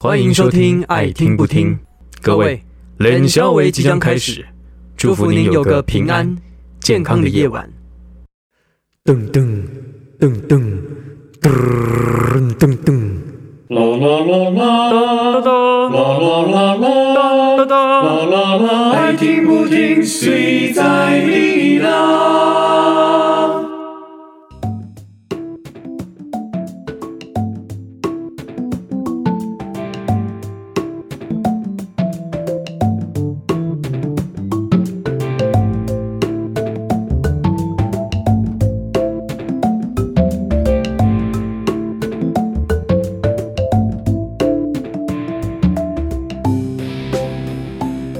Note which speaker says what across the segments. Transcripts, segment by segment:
Speaker 1: 欢迎收听《爱听不听》，各位，冷笑为即将开始，祝福您有个平安健康的夜晚。
Speaker 2: 噔噔噔噔噔噔噔，
Speaker 3: 啦啦啦啦啦啦啦啦啦啦啦啦，爱听不听，谁在你啦？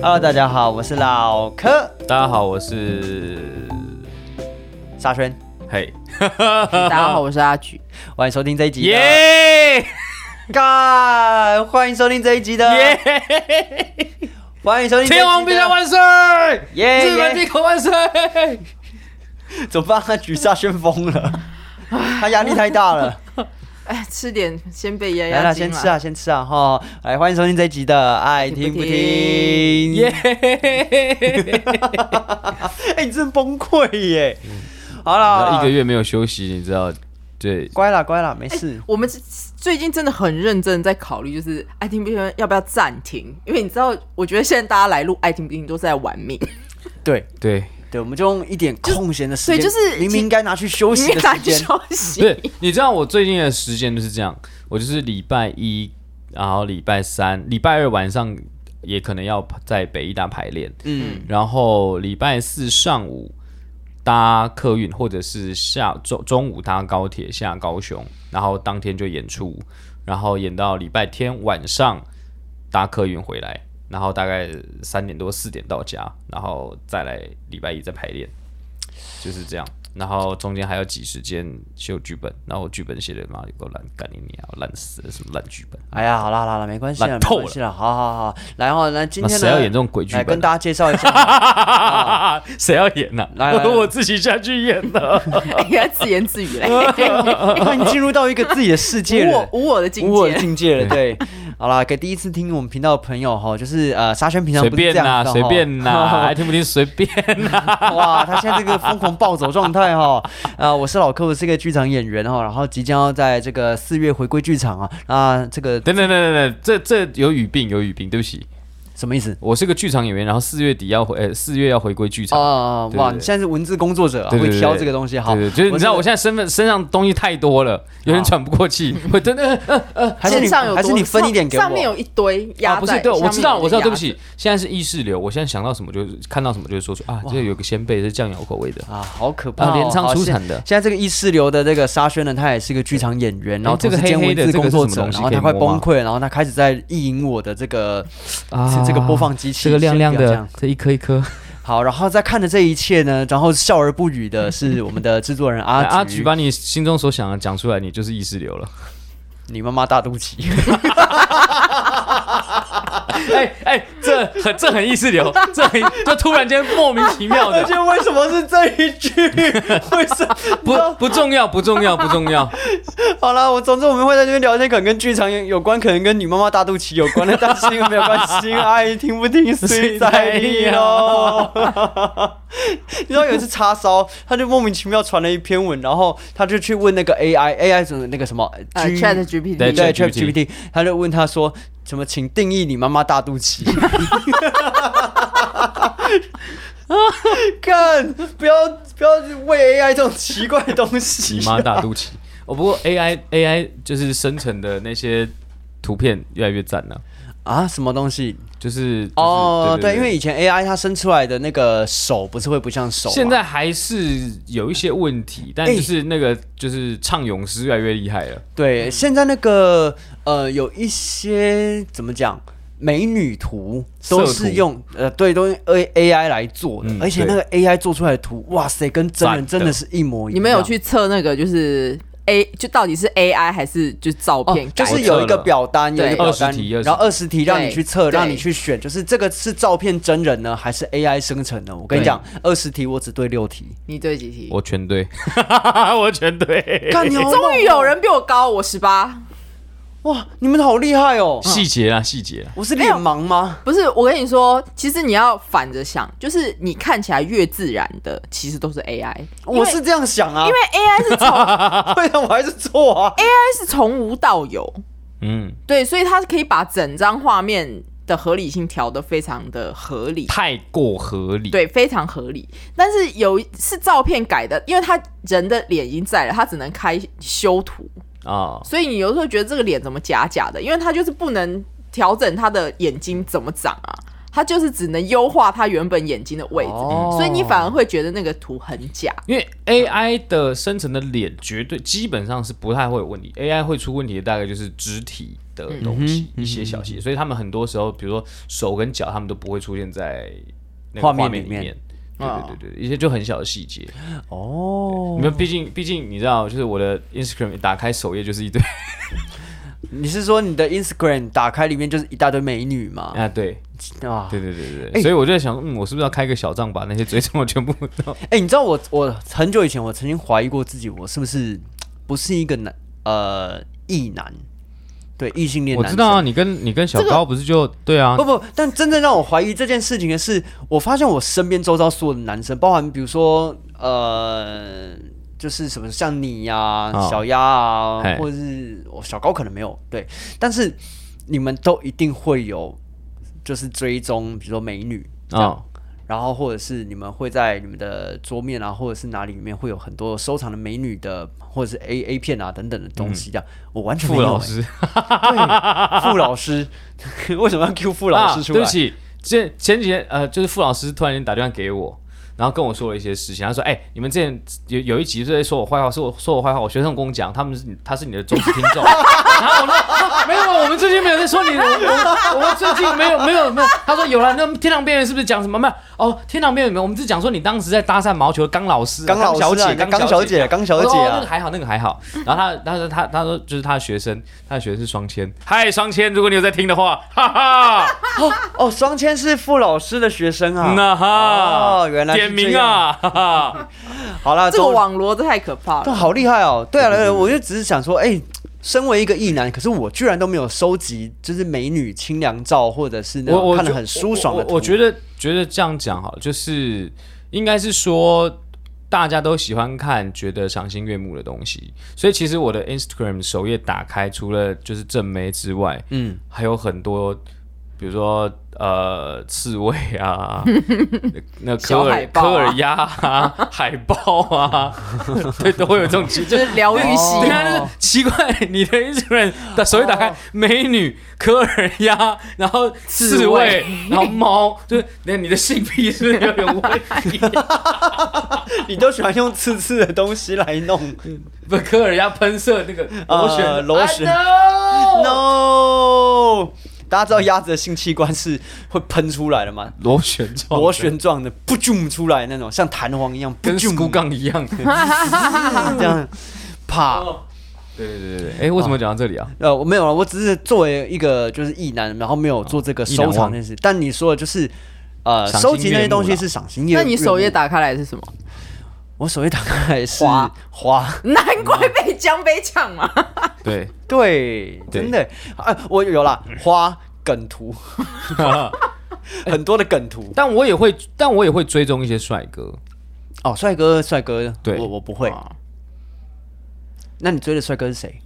Speaker 4: Hello，大家好，我是老柯
Speaker 5: 大家好，我是
Speaker 4: 沙宣，
Speaker 5: 嘿，
Speaker 6: 大家好，我是阿菊。
Speaker 4: 欢迎收听这一集的。
Speaker 5: 耶
Speaker 4: 干欢迎收听这一集的。
Speaker 5: 耶！
Speaker 4: 欢迎收听这一集的
Speaker 5: 天皇陛下万岁！
Speaker 4: 耶
Speaker 5: 日本帝
Speaker 4: 耶！
Speaker 5: 国万岁！
Speaker 4: 怎么办？他举沙宣疯了，他压力太大了。
Speaker 6: 哎，吃点先被压
Speaker 4: 来
Speaker 6: 压
Speaker 4: 了，
Speaker 6: 惊
Speaker 4: 先
Speaker 6: 啦
Speaker 4: 吃啊，先吃啊哈！来，欢迎收听这一集的《爱听不听》。
Speaker 5: 耶！
Speaker 4: 哎，你真崩溃耶！好了，
Speaker 5: 一个月没有休息，你知道？对，
Speaker 4: 乖啦，乖啦，没事。
Speaker 6: 我们最近真的很认真地在考虑，就是爱听不听要不要暂停，因为你知道，我觉得现在大家来录爱听不听都是在玩命，
Speaker 4: 对
Speaker 5: 对，
Speaker 4: 对，我们就用一点空闲的时间，
Speaker 6: 对就是
Speaker 4: 明明应该拿去休
Speaker 6: 因
Speaker 4: 息
Speaker 6: 为
Speaker 4: 的
Speaker 6: 大
Speaker 4: 时
Speaker 6: 家
Speaker 4: 间，
Speaker 6: 休
Speaker 5: 不
Speaker 6: 息
Speaker 5: 是，你知道我最近的时间就是这样，我就是礼拜一，然后礼拜三、礼拜二晚上也可能要在北医大排练，
Speaker 4: 嗯，
Speaker 5: 然后礼拜四上午搭客运，或者是下中中午搭高铁下高雄，然后当天就演出，然后演到礼拜天晚上搭客运回来，然后大概三点多四点到家，然后再来礼拜一再排练，就是这样。然后中间还要挤时间修剧本，然后我剧本写的妈有够烂，干你娘，烂死了，什么烂剧 本？
Speaker 4: 哎呀，好啦好啦，没关系啦，
Speaker 5: 懒
Speaker 4: 没
Speaker 5: 透了
Speaker 4: 关系啦，好好好，来哈，那今
Speaker 5: 那
Speaker 4: 天
Speaker 5: 谁
Speaker 4: 呢，
Speaker 5: 要演这种鬼剧
Speaker 4: 来
Speaker 5: 本
Speaker 4: 跟
Speaker 5: 啊？
Speaker 4: 大家介绍一 下，
Speaker 5: 谁要演呢、
Speaker 4: 来来来
Speaker 5: 我自己下去演的。
Speaker 6: 哎呀，自言自语 嘞，
Speaker 4: 突然哎进入到一个自己的世界
Speaker 6: 无我
Speaker 4: 了。
Speaker 6: 无我的境
Speaker 4: 无我的
Speaker 6: 界。
Speaker 4: 境界了，对， 好啦，给第一次听我们频道的朋友哈，就是呃，沙宣平常
Speaker 5: 随
Speaker 4: 不是
Speaker 5: 便
Speaker 4: 这样
Speaker 5: 啦，
Speaker 4: 子的哦
Speaker 5: 随
Speaker 4: 齁
Speaker 5: 便 啦，还听不听随便啦。
Speaker 4: 哇，他现在这个疯狂暴走状态哈， 啊，我是老柯，我是一个剧场演员哈，然后即将要在这个四月回归剧场啊，啊，这个
Speaker 5: 等等等等等，这这有语病，有语病，对不起，
Speaker 4: 什么意思？
Speaker 5: 我是个剧场演员，然后四月底要回，呃，四月要回归剧场。
Speaker 4: 哦，
Speaker 5: 对
Speaker 4: 哇，
Speaker 5: 对
Speaker 4: 你现在是文字工作者啊，
Speaker 5: 对对
Speaker 4: 会
Speaker 5: 对
Speaker 4: 挑这个哦东西，好，
Speaker 5: 对对，就是你知道我现在身份身上东西太多了，有点
Speaker 4: 好
Speaker 5: 喘不过气，会呃真的
Speaker 4: 还是
Speaker 6: 线
Speaker 4: 你
Speaker 6: 上有
Speaker 4: 还是
Speaker 6: 多
Speaker 4: 你分一点给我，哦
Speaker 6: 上面有一堆压
Speaker 5: 啊，
Speaker 6: 在、
Speaker 5: 不是，对，
Speaker 6: 下
Speaker 5: 我
Speaker 6: 面
Speaker 5: 知道，
Speaker 6: 有一
Speaker 5: 我知道，
Speaker 6: 堆
Speaker 5: 对不起
Speaker 6: 压着，，
Speaker 5: 现在是意识流，我现在想到什么就是看到什么就会说出啊，这个有个先辈是酱油口味的，
Speaker 4: 啊，好可怕、
Speaker 5: 然
Speaker 4: 哦！
Speaker 5: 后镰仓
Speaker 4: 好
Speaker 5: 出
Speaker 4: 现
Speaker 5: 产的，
Speaker 4: 现在这个意识流的这个沙宣呢，他也是一哎个剧场演员，然后
Speaker 5: 这个
Speaker 4: 同时兼
Speaker 5: 黑黑
Speaker 4: 文
Speaker 5: 的
Speaker 4: 字
Speaker 5: 这个
Speaker 4: 工
Speaker 5: 是
Speaker 4: 作
Speaker 5: 什么
Speaker 4: 者，
Speaker 5: 东西
Speaker 4: 然后
Speaker 5: 可以
Speaker 4: 他快
Speaker 5: 摸
Speaker 4: 崩
Speaker 5: 吗
Speaker 4: 溃了，然后他开始在意淫我的这个
Speaker 5: 啊
Speaker 4: 这个播放机器
Speaker 5: 这个亮亮
Speaker 4: 先不要这
Speaker 5: 的
Speaker 4: 样，
Speaker 5: 这一颗一颗。
Speaker 4: 好，然后在看着这一切呢，然后笑而不语的是我们的制作人阿
Speaker 5: 哎
Speaker 4: 阿
Speaker 5: 阿菊把你心中所想的讲出来，你就是意识流了。
Speaker 4: 你妈妈大肚脐，
Speaker 5: 哎哎，这很这很意识流，这很就突然间莫名其妙
Speaker 4: 而
Speaker 5: 的，
Speaker 4: 且为什么是这一句？ 为什么？
Speaker 5: 不不重要，不重要，不重要。
Speaker 4: 好了，我总之我们会在这边聊一些可能跟剧场有关，可能跟你妈妈大肚脐有关的，但是因为没有关系，阿姨听不听随在你哦。 你知道有一次叉烧，他就莫名其妙传了一篇文，然后他就去问那个 AI，AI 什么那个什么
Speaker 6: 呃
Speaker 4: G-
Speaker 6: ，Chat GPT，
Speaker 5: 对
Speaker 4: 对
Speaker 5: ChatGPT
Speaker 4: ChatGPT，他就问他说什么，请定义你妈妈大肚脐。 看，不要不要喂 AI 这种奇怪的东西。
Speaker 5: 你妈大肚脐。哦，不过 AI AI 就是生成的那些图片越来越赞了，
Speaker 4: 啊，什么东西？
Speaker 5: 就是就是
Speaker 4: 哦，
Speaker 5: 对，
Speaker 4: 因为以前 AI 它生出来的那个手不是会不像手吗？啊
Speaker 5: 现在还是有一些问题，但就是那个就是唱咏诗越来越厉害了。
Speaker 4: 对，现在那个呃，有一些怎么讲？美女图都
Speaker 5: 色
Speaker 4: 是
Speaker 5: 图
Speaker 4: 用呃，对，都用 A A I 来做的，
Speaker 5: 嗯
Speaker 4: 而且那
Speaker 5: 对
Speaker 4: 个 A I 做出来的图，哇塞，跟真人
Speaker 5: 赞的
Speaker 4: 真的是一模一样。
Speaker 6: 你们有去测那个就是 A 就到底是 AI 还是就照
Speaker 4: 哦
Speaker 6: 片，
Speaker 4: 就
Speaker 6: 改的？
Speaker 4: 是有一个表单，有
Speaker 6: 对
Speaker 4: 一个表单
Speaker 5: 20题20，
Speaker 4: 然后二十题让你去测，
Speaker 6: 对
Speaker 4: 让你去选，就是这个是照片真人呢，还是 AI 生成的？我跟你
Speaker 5: 对
Speaker 4: 讲，二十题我只对六题，
Speaker 6: 你对几题？哎
Speaker 5: 我全对，我全对。
Speaker 4: 干你好猛
Speaker 6: 终于有人比我高，我十八。
Speaker 4: 哇，你们好厉害哦！
Speaker 5: 细节啊，细节啊，
Speaker 4: 我是脸盲吗？
Speaker 6: 不是，我跟你说，其实你要反着想，就是你看起来越自然的，其实都是 AI 因为。
Speaker 4: 我是这样想啊，
Speaker 6: 因为 AI 是从
Speaker 4: 为什么我还是错啊？
Speaker 6: AI 是从无到有，
Speaker 5: 嗯，
Speaker 6: 对，所以它可以把整张画面的合理性调得非常的合理。
Speaker 5: 太过合理，，
Speaker 6: 对，非常合理。但是有一是照片改的，因为他人的脸已经在了，他只能开修图，
Speaker 5: 啊，
Speaker 6: 所以你有时候觉得这个脸怎么假假的，因为他就是不能调整他的眼睛怎么长啊，他就是只能优化他原本眼睛的位置，
Speaker 4: 哦
Speaker 6: 所以你反而会觉得那个图很假。
Speaker 5: 因为 AI 的生成的脸绝对基本上是不太会有问题，AI 会出问题的大概就是肢体的东西、
Speaker 4: 嗯
Speaker 5: 一些小细，所以他们很多时候，比如说手跟脚，他们都不会出现在那个
Speaker 4: 画面
Speaker 5: 面
Speaker 4: 里面啊
Speaker 5: 面。对
Speaker 6: 哦
Speaker 5: 对对对，一些就很小的细节。
Speaker 4: 哦
Speaker 5: 你，们毕竟毕竟你知道，就是我的 Instagram 一打开首页就是一堆
Speaker 4: 你是说你的 Instagram 打开里面就是一大堆美女吗？
Speaker 5: 啊，对
Speaker 4: 啊，
Speaker 5: 对对对对
Speaker 4: 哎
Speaker 5: 对，所以我就在想，嗯，我是不是要开个小账把那些追踪的全部都？
Speaker 4: 哎、你知道我我很久以前我曾经怀疑过自己，我是不是不是一个男呃异男，对异性恋
Speaker 5: 我
Speaker 4: 男生。
Speaker 5: 知道啊，你跟你跟小高不是就对啊
Speaker 4: 不，不，但真正让我怀疑这件事情的是，我发现我身边周遭所有的男生，包含比如说呃，就是什么像你呀、
Speaker 5: 哦
Speaker 4: 小鸭啊
Speaker 5: 嘿，
Speaker 4: 或者是我小高可能没有对，但是你们都一定会有，就是追踪，比如说美女这样。
Speaker 5: 啊
Speaker 4: 然后或者是你们会在你们的桌面啊，或者是哪里里面会有很多收藏的美女的，或者是 A A 片啊等等的东西这样，我完全没
Speaker 5: 傅
Speaker 4: 有、
Speaker 5: 老
Speaker 4: 欸
Speaker 5: 师。
Speaker 4: 对，傅老师， 为什么要 Q 傅老师出来？
Speaker 5: 啊、对不起，前前几天呃，就是傅老师突然间打电话给我，然后跟我说了一些事情。他说：“哎、你们之前有有一集是在说我坏话，说我说我坏话，我学生跟我讲，他们是你他是你的忠实听众。” 然后我说：“没有，我们最近没有在说你的，我们我们最近没有没有没有。”他说：“有了，那天堂边缘是不是讲什么？没有哦，天堂边缘没有，我们只讲说你当时在搭讪毛球的刚老师，
Speaker 4: 刚老师啊
Speaker 5: 小姐，
Speaker 4: 刚小姐刚小姐啊
Speaker 5: 我说哦那个还好，那个还好。然后他，他说他，他说就是他的学生，他的学生是双千。嗨，双千，如果你有在听的话，哈哈。
Speaker 4: 哦，双千是傅老师的学生啊。
Speaker 5: 那哈，
Speaker 4: 哦原来是
Speaker 5: 点名啊，哈哈，
Speaker 4: 好啦，
Speaker 6: 这个
Speaker 4: 都
Speaker 6: 网罗这太可怕
Speaker 4: 都
Speaker 6: 了。
Speaker 4: 好厉害哦。对啊，对啊我就只是想说，哎、身为一个异男，可是我居然都没有收集，就是美女清凉照，或者是那
Speaker 5: 我
Speaker 4: 种
Speaker 5: 我
Speaker 4: 看
Speaker 5: 觉
Speaker 4: 得很舒爽的
Speaker 5: 我我我
Speaker 4: 图
Speaker 5: 觉得觉得这样讲好了，就是应该是说大家都喜欢看觉得赏心悦目的东西，所以其实我的 Instagram 首页打开，除了就是正妹之外，
Speaker 4: 嗯
Speaker 5: 嗯，还有很多。比如说，呃，刺猬啊，那科
Speaker 6: 小海
Speaker 5: 尔、
Speaker 6: 豹啊
Speaker 5: 科尔鸭啊，海豹啊， 对，都会有这种，就
Speaker 6: 就是疗愈系
Speaker 4: 哦
Speaker 5: 对，啊，就是奇怪，你的 Instagram 的首页打开，美女、科尔鸭，然后刺
Speaker 6: 刺
Speaker 5: 猬
Speaker 6: 猬，
Speaker 5: 然后猫，就是那你的性癖是不是有点问 题？
Speaker 4: 你都喜欢用刺刺的东西来弄。
Speaker 5: 不，科尔鸭喷射那个嗯螺
Speaker 4: 呃
Speaker 5: 旋
Speaker 4: 螺旋
Speaker 5: I know
Speaker 4: No，大家知道鸭子的性器官是会喷出来的吗？
Speaker 5: 螺旋状的
Speaker 4: 螺旋状的，不啾出来那种，像弹簧一样，不
Speaker 5: 跟
Speaker 4: 啾
Speaker 5: 箍杠一 样。
Speaker 4: 这样，啪。
Speaker 6: 哦
Speaker 5: 对对对对，哎，为什么讲到这里啊？
Speaker 4: 呃，我没有了，我只是作为一个就是异男，然后没有做这个收藏这件事。但你说的就是，呃，
Speaker 5: 赏心
Speaker 4: 收集
Speaker 5: 悦
Speaker 4: 那些
Speaker 5: 目
Speaker 4: 东西
Speaker 5: 啦
Speaker 4: 是赏心悦
Speaker 6: 那
Speaker 4: 目。
Speaker 6: 你首页，打开来是什么？
Speaker 4: 我首页打开是
Speaker 6: 花
Speaker 4: 花，
Speaker 6: 难怪被江杯抢嘛！
Speaker 5: 对，
Speaker 4: 对，
Speaker 5: 对
Speaker 4: 真的，啊，我有啦，花梗 图，很多的梗图。
Speaker 5: 但我也会，但我也会追踪一些帅哥。
Speaker 4: 哦，帅哥，帅哥，
Speaker 5: 对啊
Speaker 4: 我我不会。那你追的帅哥是谁？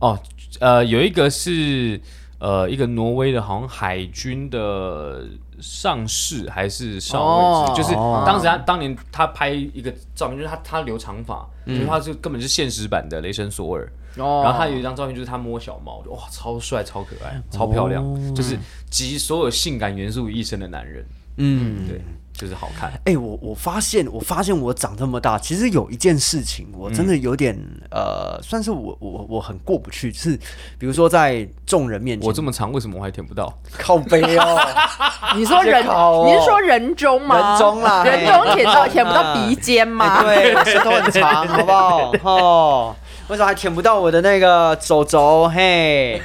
Speaker 5: 哦，呃，有一个是呃一个挪威的，好像海军的上士还是少尉
Speaker 6: 哦
Speaker 5: 之，就是当时他当年他拍一个照片，就是他他留长发，就是他是根本是现实版的雷神索尔。
Speaker 6: 哦
Speaker 5: 然后他有一张照片，就是他摸小猫，哇，超帅、超可爱、超漂亮，就是集所有性感元素于一身的男人。
Speaker 4: 嗯，
Speaker 5: 对，就是好看。
Speaker 4: 哎、我我发现，我发现我长这么大，其实有一件事情，我
Speaker 5: 嗯
Speaker 4: 真的有点、呃，算是我我我很过不去，就是比如说在众人面前，
Speaker 5: 我这么长，为什么我还舔不到？
Speaker 4: 靠背哦，
Speaker 6: 你说人，
Speaker 4: 直接烤哦
Speaker 6: 你是说人中吗？
Speaker 4: 人中啦
Speaker 6: 人中舔到
Speaker 4: 嘿
Speaker 6: 舔不到鼻尖吗？
Speaker 4: 哎对，我舌头很长，好不好？哦，为什么还舔不到我的那个手肘？嘿。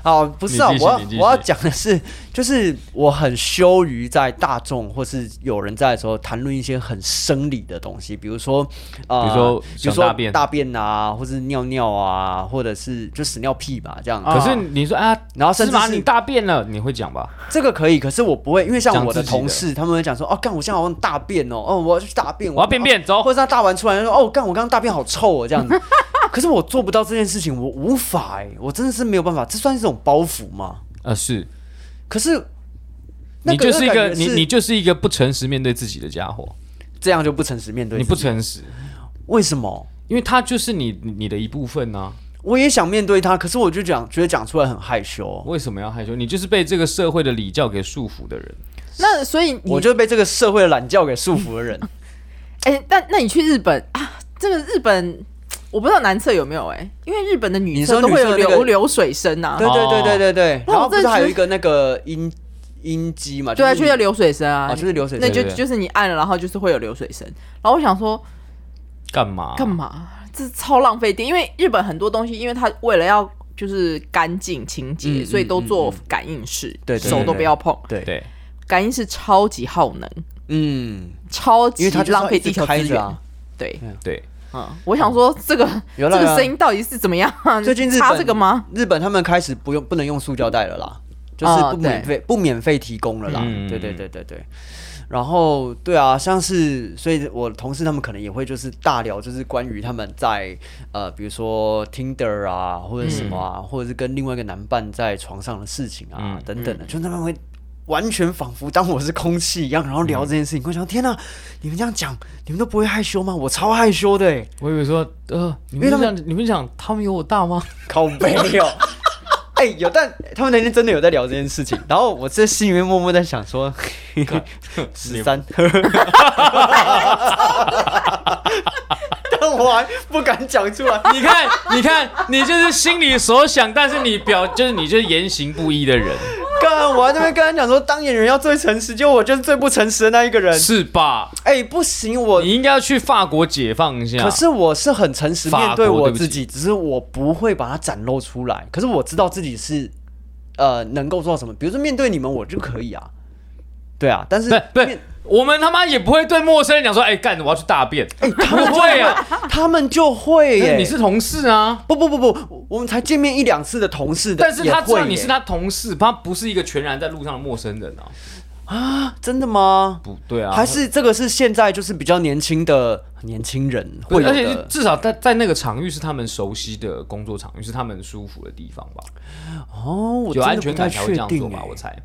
Speaker 4: 好，不是啊
Speaker 5: 你，继续
Speaker 4: 我要
Speaker 5: 你继续
Speaker 4: 我要讲的是，就是我很羞于在大众或是有人在的时候谈论一些很生理的东西，比如说，呃，
Speaker 5: 比如说
Speaker 4: 比如
Speaker 5: 想
Speaker 4: 说
Speaker 5: 大便
Speaker 4: 大便啊，或是尿尿啊，或者是就屎尿屁吧，这样。
Speaker 5: 可是你说啊，
Speaker 4: 然后甚
Speaker 5: 芝
Speaker 4: 至
Speaker 5: 麻
Speaker 4: 是
Speaker 5: 你大便了，你会讲吧？
Speaker 4: 这个可以，可是我不会，因为像
Speaker 5: 讲
Speaker 4: 我的
Speaker 5: 自己的
Speaker 4: 同事，他们会讲说，哦，干，我现在好像大便哦，哦，我要去大便，
Speaker 5: 我要便便走
Speaker 4: 或者他大完出来说，哦，干，我刚刚大便好臭哦，这样子。 可是我做不到这件事情，我无法哎、我真的是没有办法，这算是一种包袱吗？
Speaker 5: 呃，是
Speaker 4: 可是，那
Speaker 5: 你
Speaker 4: 个
Speaker 5: 就是一
Speaker 4: 那
Speaker 5: 个
Speaker 4: 感觉
Speaker 5: 你
Speaker 4: 是
Speaker 5: 你就是一个不诚实面对自己的家伙，
Speaker 4: 这样就不诚实面对
Speaker 5: 你不
Speaker 4: 自己，
Speaker 5: 诚实，
Speaker 4: 为什么？
Speaker 5: 因为它就是你你你的一部分啊呢、
Speaker 4: 我也想面对他，可是我就讲觉得讲出来很害羞，哦
Speaker 5: 为什么要害羞？你就是被这个社会的礼教给束缚的人。
Speaker 6: 那所以你
Speaker 4: 我就是被这个社会的懒觉给束缚的 人。
Speaker 6: 哎、但那你去日本啊？这个日本我不知道男厕有没有哎、因为日本的女
Speaker 4: 你说
Speaker 6: 厕都
Speaker 4: 女
Speaker 6: 会有
Speaker 4: 厕那
Speaker 6: 流、
Speaker 4: 个
Speaker 6: 流水声啊，
Speaker 4: 对对对对对对，
Speaker 6: 那我
Speaker 4: 然后不
Speaker 6: 真
Speaker 4: 是
Speaker 6: 的
Speaker 4: 还
Speaker 6: 觉
Speaker 4: 有
Speaker 6: 得
Speaker 4: 一个那个音音机嘛？
Speaker 6: 对啊，
Speaker 4: 是
Speaker 6: 就要流水声啊，
Speaker 4: 啊，就是流水
Speaker 6: 那
Speaker 4: 声。哦
Speaker 6: 就
Speaker 5: 对对
Speaker 6: 就是你按了，然后就是会有流水声。然后我想说，
Speaker 5: 干嘛？
Speaker 6: 干？嘛？这超浪费电，因为日本很多东西，因为它为了要就是干净清洁，
Speaker 4: 嗯嗯
Speaker 6: 所以都做感应式，
Speaker 4: 对对对
Speaker 6: 手都不要碰。
Speaker 4: 对
Speaker 5: 对，
Speaker 6: 感应式超级耗能，
Speaker 4: 嗯，
Speaker 6: 超级
Speaker 4: 因为它就是要
Speaker 6: 浪费
Speaker 4: 一直
Speaker 6: 地球
Speaker 4: 开
Speaker 6: 资
Speaker 4: 着
Speaker 6: 源。
Speaker 4: 啊
Speaker 6: 对，
Speaker 5: 对，
Speaker 6: 嗯，我想说这个、
Speaker 4: 有
Speaker 6: 这
Speaker 4: 那
Speaker 6: 个
Speaker 4: 个啊
Speaker 6: 声音到底是怎么样啊、
Speaker 4: 最近日
Speaker 6: 插
Speaker 4: 本
Speaker 6: 这个吗？？
Speaker 4: 日本他们开始不用不能用塑胶袋了啦，就是
Speaker 6: 哦
Speaker 4: 不免费、不免费提供了啦。
Speaker 5: 嗯
Speaker 4: 对对对对对。然后对啊，像是所以我同事他们可能也会就是大聊，就是关于他们在呃比如说 Tinder 啊或者什么啊，或者是跟另外一个男伴在床上的事情啊、
Speaker 5: 嗯
Speaker 4: 等等的，就他们会。完全仿佛当我是空气一样，然后聊这件事情。我想，天呐，你们这样讲，你们都不会害羞吗？我超害羞的、欸，
Speaker 5: 我以为说，呃，你们
Speaker 4: 因为他
Speaker 5: 想，你们想，他们有我大吗？
Speaker 4: 靠背哦。 哎、有，但他们那天真的有在聊这件事情，然后我这心里面默默在想说，十 三，但我还不敢讲出来。
Speaker 5: 你看，你看，你就是心里所想，但是你表就是你就是言行不一的人，
Speaker 4: 干，我还在那边跟他讲说，当演员要最诚实，就我就是最不诚实的那一个人。
Speaker 5: 是吧？
Speaker 4: 哎、不行，我
Speaker 5: 你应该要去法国解放一下。
Speaker 4: 可是我是很诚实
Speaker 5: 法
Speaker 4: 面对
Speaker 5: 国
Speaker 4: 我
Speaker 5: 对不
Speaker 4: 自己，只是我不会把它展露出来。可是我知道自己是呃能够做到什么，比如说面对你们我就可以啊，对啊，但是
Speaker 5: 不是不是
Speaker 4: 面，
Speaker 5: 我们他妈也不会对陌生人讲说，哎、干，我要去大便。哎、不会啊，
Speaker 4: 他们就会耶、
Speaker 5: 你是同事啊，
Speaker 4: 不不不不，我们才见面一两次的同事的，
Speaker 5: 但是他知
Speaker 4: 也
Speaker 5: 道
Speaker 4: 会耶
Speaker 5: 你是，他同事，他不是一个全然在路上的陌生人啊。
Speaker 4: 真的吗？
Speaker 5: 不对啊，
Speaker 4: 还是这个是现在就是比较年轻的年轻人会有
Speaker 5: 而且
Speaker 4: 的
Speaker 5: 至少在在那个场域是他们熟悉的工作场域，是他们舒服的地方吧，
Speaker 4: 哦，我
Speaker 5: 有
Speaker 4: 真的
Speaker 5: 安
Speaker 4: 不
Speaker 5: 全
Speaker 4: 太
Speaker 5: 感才会
Speaker 4: 确
Speaker 5: 这样做
Speaker 4: 定
Speaker 5: 吧，
Speaker 4: 耶
Speaker 5: 我猜。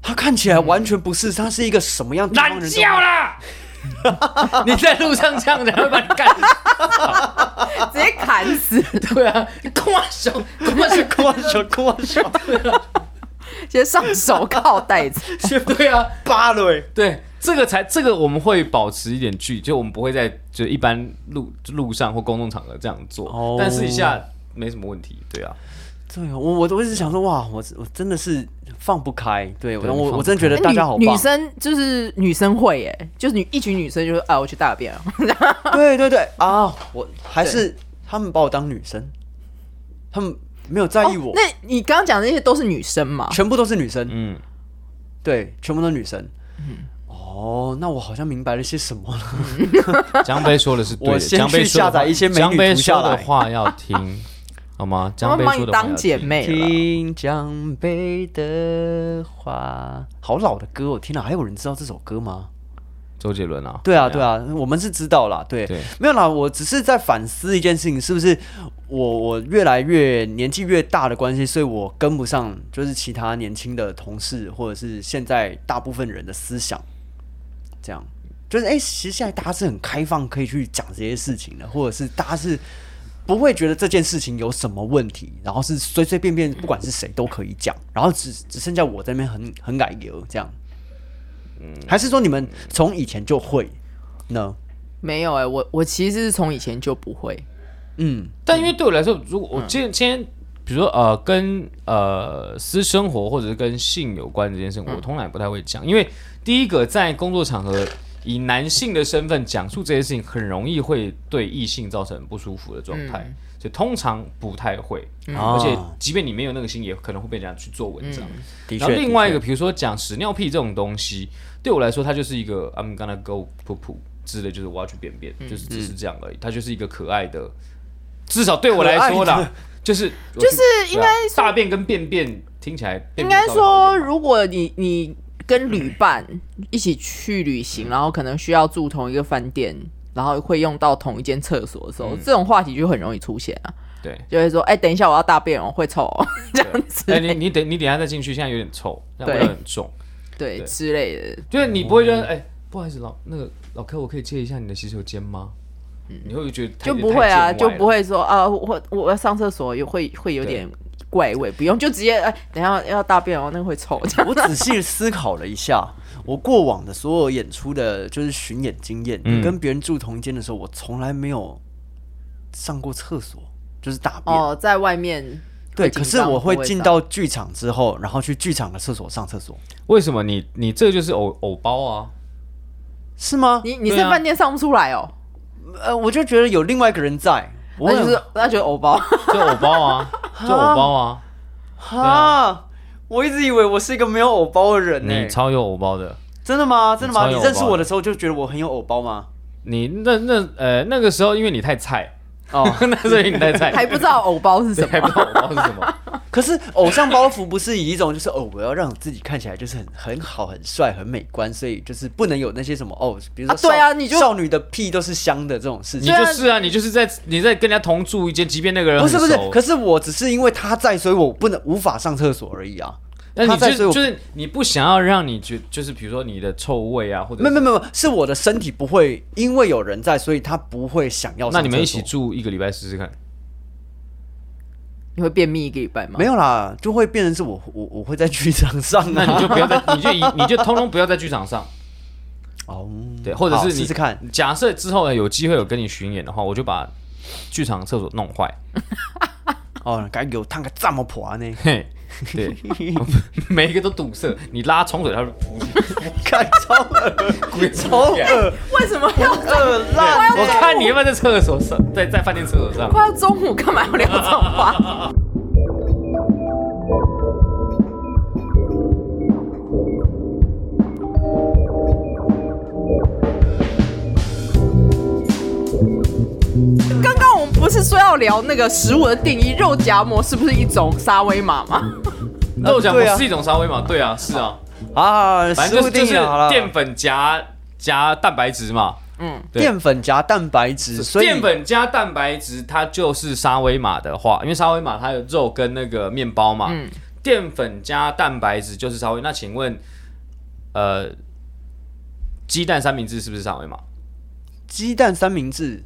Speaker 4: 他看起来完全不是，他是一个什么样地方
Speaker 5: 懒
Speaker 4: 人？
Speaker 5: 觉啦！ 你在路上这样，人家会把你干死。
Speaker 6: 直接砍死，
Speaker 5: 对啊，光手，光手，
Speaker 4: 过手过手，
Speaker 6: 直接上手铐带走。
Speaker 5: 对啊，
Speaker 4: 芭蕾。
Speaker 5: 对，这个才这个我们会保持一点距离，就我们不会在就一般路路上或公众场合这样做，
Speaker 4: 哦
Speaker 5: 但私底下没什么问题。对啊，
Speaker 4: 对啊，我我我一直想说，哇，我我真的是放不开，对
Speaker 5: 对
Speaker 4: 我
Speaker 5: 你
Speaker 4: 我
Speaker 5: 放
Speaker 4: 我
Speaker 5: 不
Speaker 4: 真的觉得
Speaker 6: 那
Speaker 4: 大家好
Speaker 6: 哎女
Speaker 4: 棒
Speaker 6: 女，生就是女生会耶、就是女一群女生就是啊，我去大便了，
Speaker 4: 对对对啊，我还是他们把我当女生，他们没有在意我，
Speaker 6: 哦那你刚刚讲的那些都是女生嘛？
Speaker 4: 全部都是女生，
Speaker 5: 嗯，
Speaker 4: 对，全部都是女生。哦，那我好像明白了些什么了。
Speaker 5: 江飞说的是对的，
Speaker 4: 我先
Speaker 5: 江飞
Speaker 4: 去
Speaker 5: 说的
Speaker 4: 下载
Speaker 5: 话
Speaker 4: 一些美女
Speaker 5: 江飞
Speaker 4: 图下
Speaker 5: 说的
Speaker 4: 来
Speaker 5: 话要听，好吗？
Speaker 6: 他
Speaker 5: 江
Speaker 6: 们
Speaker 5: 飞
Speaker 6: 帮
Speaker 5: 说
Speaker 6: 你
Speaker 5: 的话要
Speaker 6: 当姐
Speaker 5: 听。
Speaker 6: 妹了啦。
Speaker 4: 听江北的话，好老的歌哦！天哪，还有人知道这首歌吗？
Speaker 5: 周杰伦啊，
Speaker 4: 对啊，对，啊，我们是知道啦，对，
Speaker 5: 对
Speaker 4: 没有啦，我只是在反思一件事情，是不是我我越来越年纪越大的关系，所以我跟不上就是其他年轻的同事或者是现在大部分人的思想，这样就是哎、其实现在大家是很开放，可以去讲这些事情的，或者是大家是。不会觉得这件事情有什么问题，然后是随随便便，不管是谁都可以讲，然后只只剩下我在那边很很改油这样，还是说你们从以前就会呢？
Speaker 6: 没有哎、我我其实是从以前就不会，
Speaker 4: 嗯，
Speaker 5: 但因为对我来说，如果我今天今天，比如说呃，跟呃私生活或者是跟性有关这件事情，
Speaker 4: 嗯
Speaker 5: 我通常也不太会讲，因为第一个在工作场合以
Speaker 4: 嗯
Speaker 5: 男性的身份讲述这些事情，很容易会对异性造成不舒服的状态。所以通常不太会。
Speaker 4: 而
Speaker 5: 而且即便你没有那个心，也可能会被人家去做文章。
Speaker 4: 的
Speaker 5: 然后
Speaker 4: 确，
Speaker 5: 另外一个，
Speaker 4: 的
Speaker 5: 比如说讲屎尿屁这种东西，对我来说，它就是一个 I'm gonna go 噗噗之类，就是我要去便便，
Speaker 6: 嗯
Speaker 5: 就是只是这样而已。它就是一个可爱的，至少对我来 说
Speaker 4: 可爱
Speaker 5: 啦，就是就
Speaker 6: 啊就是应该说
Speaker 5: 啊大便跟便便听起来便便
Speaker 6: 应该
Speaker 5: 稍微好
Speaker 6: 说，
Speaker 5: 一点吧
Speaker 6: 如果你你跟旅伴一起去旅行，然后可能需要住同一个饭店，然后会用到同一间厕所的时候，这种话题就很容易出现啊，
Speaker 5: 对。
Speaker 6: 就会说：“哎、等一下，我要大便哦，会臭、哦、这样子。
Speaker 5: 哎、你你等你等一下再进去，现在有点臭，那味道
Speaker 6: 对
Speaker 5: 很重，
Speaker 6: 对
Speaker 5: 对
Speaker 6: 之类的。
Speaker 5: 就是你不会
Speaker 6: 嗯
Speaker 5: 觉得哎、不好意思老那个老客，我可以借一下你的洗手间吗？你会觉得太
Speaker 6: 嗯就不会啊，
Speaker 5: 太见
Speaker 6: 就
Speaker 5: 外了
Speaker 6: 不会说啊，我我要上厕所有会会有点怪味，不用就直接哎、等一下要大便哦，那个会 臭这
Speaker 4: 确
Speaker 6: 样。
Speaker 4: 我仔细思考了一下，我过往的所有演出的就是巡演经验，
Speaker 5: 嗯
Speaker 4: 跟别人住同一间的时候，我从来没有上过厕所，就是大便。
Speaker 6: 哦，在外面
Speaker 4: 对，
Speaker 6: 会紧
Speaker 4: 可
Speaker 6: 张
Speaker 4: 是我会
Speaker 6: 不
Speaker 4: 进
Speaker 6: 上
Speaker 4: 到剧场之后，然后去剧场的厕所上厕所，
Speaker 5: 为什么你你这个就是偶偶包啊？
Speaker 4: 是吗？
Speaker 6: 你你是
Speaker 5: 对啊
Speaker 6: 饭店上不出来哦，
Speaker 4: 呃，我就觉得有另外一个人在，我
Speaker 6: 那就
Speaker 4: 很
Speaker 6: 是那 就是偶哦 包。
Speaker 5: 就偶包啊，就偶包啊，
Speaker 4: 啊，我一直以为我是一个没有偶包的人呢、欸
Speaker 5: 你超有偶包的。
Speaker 4: 真的吗？真的吗？
Speaker 5: 你超有
Speaker 4: 你
Speaker 5: 偶包
Speaker 4: 认识我的时候就觉得我很有偶包吗？
Speaker 5: 你那那呃那个时候，因为你太菜，
Speaker 4: 哦，
Speaker 5: 那时候你太菜，
Speaker 6: 还不知道偶包是什
Speaker 5: 对还
Speaker 6: 么
Speaker 5: 不。知道偶包是什 么。
Speaker 4: 可是偶像包袱不是以一种就是哦，我要让自己看起来就是很很好、很帅、很美观，所以就是不能有那些什么哦，比如说
Speaker 6: 啊
Speaker 4: 少、
Speaker 6: 对啊你就
Speaker 4: 少女的屁都是香的这种事
Speaker 5: 你
Speaker 4: 情。
Speaker 5: 就是啊，你就是在你在跟人家同住一间，即便那个人
Speaker 4: 不
Speaker 5: 很
Speaker 4: 是不是
Speaker 5: 熟，
Speaker 4: 可是我只是因为他在，所以我不能无法上厕所而已啊。
Speaker 5: 但
Speaker 4: 他
Speaker 5: 你
Speaker 4: 在所以
Speaker 5: 就
Speaker 4: 我
Speaker 5: 就是你不想要让你觉，就是比如说你的臭味啊，或者
Speaker 4: 没有没有没有，是我的身体不会，因为有人在，所以他不会想要上厕所。
Speaker 5: 那你们一起住一个礼拜试试看。
Speaker 6: 你会便秘一个礼拜吗？
Speaker 4: 没有啦，就会变成是我我我会在剧场上啊。
Speaker 5: 那你就不要在， 你就一你就通通不要在剧场上，
Speaker 4: 哦，
Speaker 5: 对，或者
Speaker 4: 好
Speaker 5: 是你
Speaker 4: 试试看。
Speaker 5: 假设之后呢有机会有跟你巡演的话，我就把剧场厕所弄坏，
Speaker 4: 哦，赶紧给我烫个这么破呢，
Speaker 5: 嘿，对，每一个都堵塞，你拉冲水它就噗
Speaker 4: 看超恶，超 恶，
Speaker 6: 为什么要
Speaker 4: 恶烂。
Speaker 5: 我看你要不要在厕所上，在在饭店厕所上。
Speaker 6: 快要中午干嘛要聊这种话？刚刚我们不是说要聊那个食物的定义，肉夹馍是不是一种沙威玛吗？
Speaker 5: 肉夹
Speaker 4: 对啊
Speaker 5: 馍是一种沙威嘛？对啊，是啊，
Speaker 4: 啊，
Speaker 5: 反
Speaker 4: 食
Speaker 5: 正就
Speaker 4: 物
Speaker 5: 是就
Speaker 4: 定
Speaker 5: 是
Speaker 4: 义好了，
Speaker 5: 淀粉夹夹蛋白质嘛，对
Speaker 4: 淀粉夹蛋白质，所以
Speaker 5: 淀粉加蛋白质，它就是沙威玛的话，因为沙威玛它有肉跟那个面包嘛，
Speaker 4: 嗯
Speaker 5: 淀粉加蛋白质就是沙威。那请问，呃，鸡蛋三明治是不是沙威玛？
Speaker 4: 鸡蛋三明治，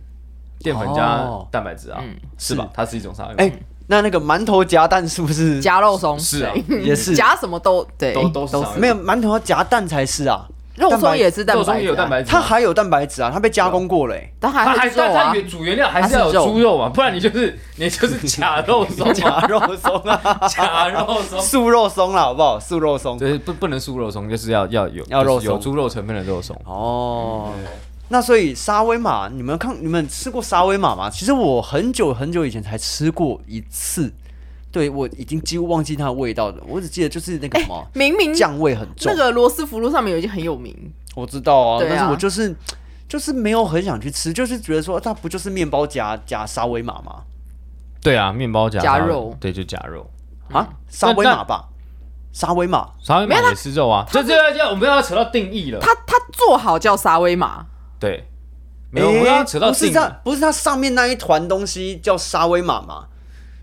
Speaker 5: 淀粉加
Speaker 4: 哦
Speaker 5: 蛋白质啊，是吧？它是一种沙威玛，
Speaker 4: 哎，那那个馒头夹蛋是不是？
Speaker 6: 夹肉松
Speaker 5: 是啊
Speaker 6: 对
Speaker 4: 也是
Speaker 6: 夹什么都对，
Speaker 5: 都都是沙威玛
Speaker 4: 没有馒头要夹蛋才是啊，
Speaker 6: 肉
Speaker 4: 蛋白
Speaker 6: 松也是蛋白
Speaker 5: 肉
Speaker 6: 质啊，
Speaker 5: 中也有蛋白质
Speaker 4: 它
Speaker 5: 啊，
Speaker 4: 还有蛋白质啊，它被加工 过嘞。
Speaker 6: 但还
Speaker 5: 它还
Speaker 6: 还是
Speaker 5: 是
Speaker 6: 肉啊
Speaker 5: 它原主原料还是要
Speaker 6: 它
Speaker 5: 有
Speaker 6: 是肉
Speaker 5: 猪肉嘛，不然你就是你就是假肉松
Speaker 4: 夹
Speaker 5: 嘛，
Speaker 4: 肉松啊，
Speaker 5: 假肉松。
Speaker 4: 素肉松啦，好不好？素肉松。
Speaker 5: 就是不不能素肉松，就是要要有
Speaker 4: 要肉
Speaker 5: 就是有
Speaker 4: 松
Speaker 5: 猪肉成分的肉松。
Speaker 4: 哦，
Speaker 5: 嗯
Speaker 4: 那所以沙威玛，你们看你们吃过沙威玛吗？其实我很久很久以前才吃过一次，对我已经几乎忘记它的味道了，我只记得就是那个什 么
Speaker 6: 明明
Speaker 4: 酱味很重
Speaker 6: 那，个罗斯福路上面有一间很有名，
Speaker 4: 我知道啊，
Speaker 6: 对啊
Speaker 4: 但是我就是就是没有很想去吃，就是觉得说它不就是面包夹夹沙威玛吗？
Speaker 5: 对啊，面包夹
Speaker 6: 夹
Speaker 5: 沙威
Speaker 6: 肉
Speaker 5: 对，就夹肉。
Speaker 4: 啊，沙威玛吧，沙威玛
Speaker 5: 沙威玛也是肉啊，这这要要我们要扯到定义了。
Speaker 6: 它它做好叫沙威玛，
Speaker 5: 对，没有，我们
Speaker 4: 诶
Speaker 5: 要扯到
Speaker 4: 不是
Speaker 5: 定义。
Speaker 4: 它，不是它上面那一团东西叫沙威玛吗？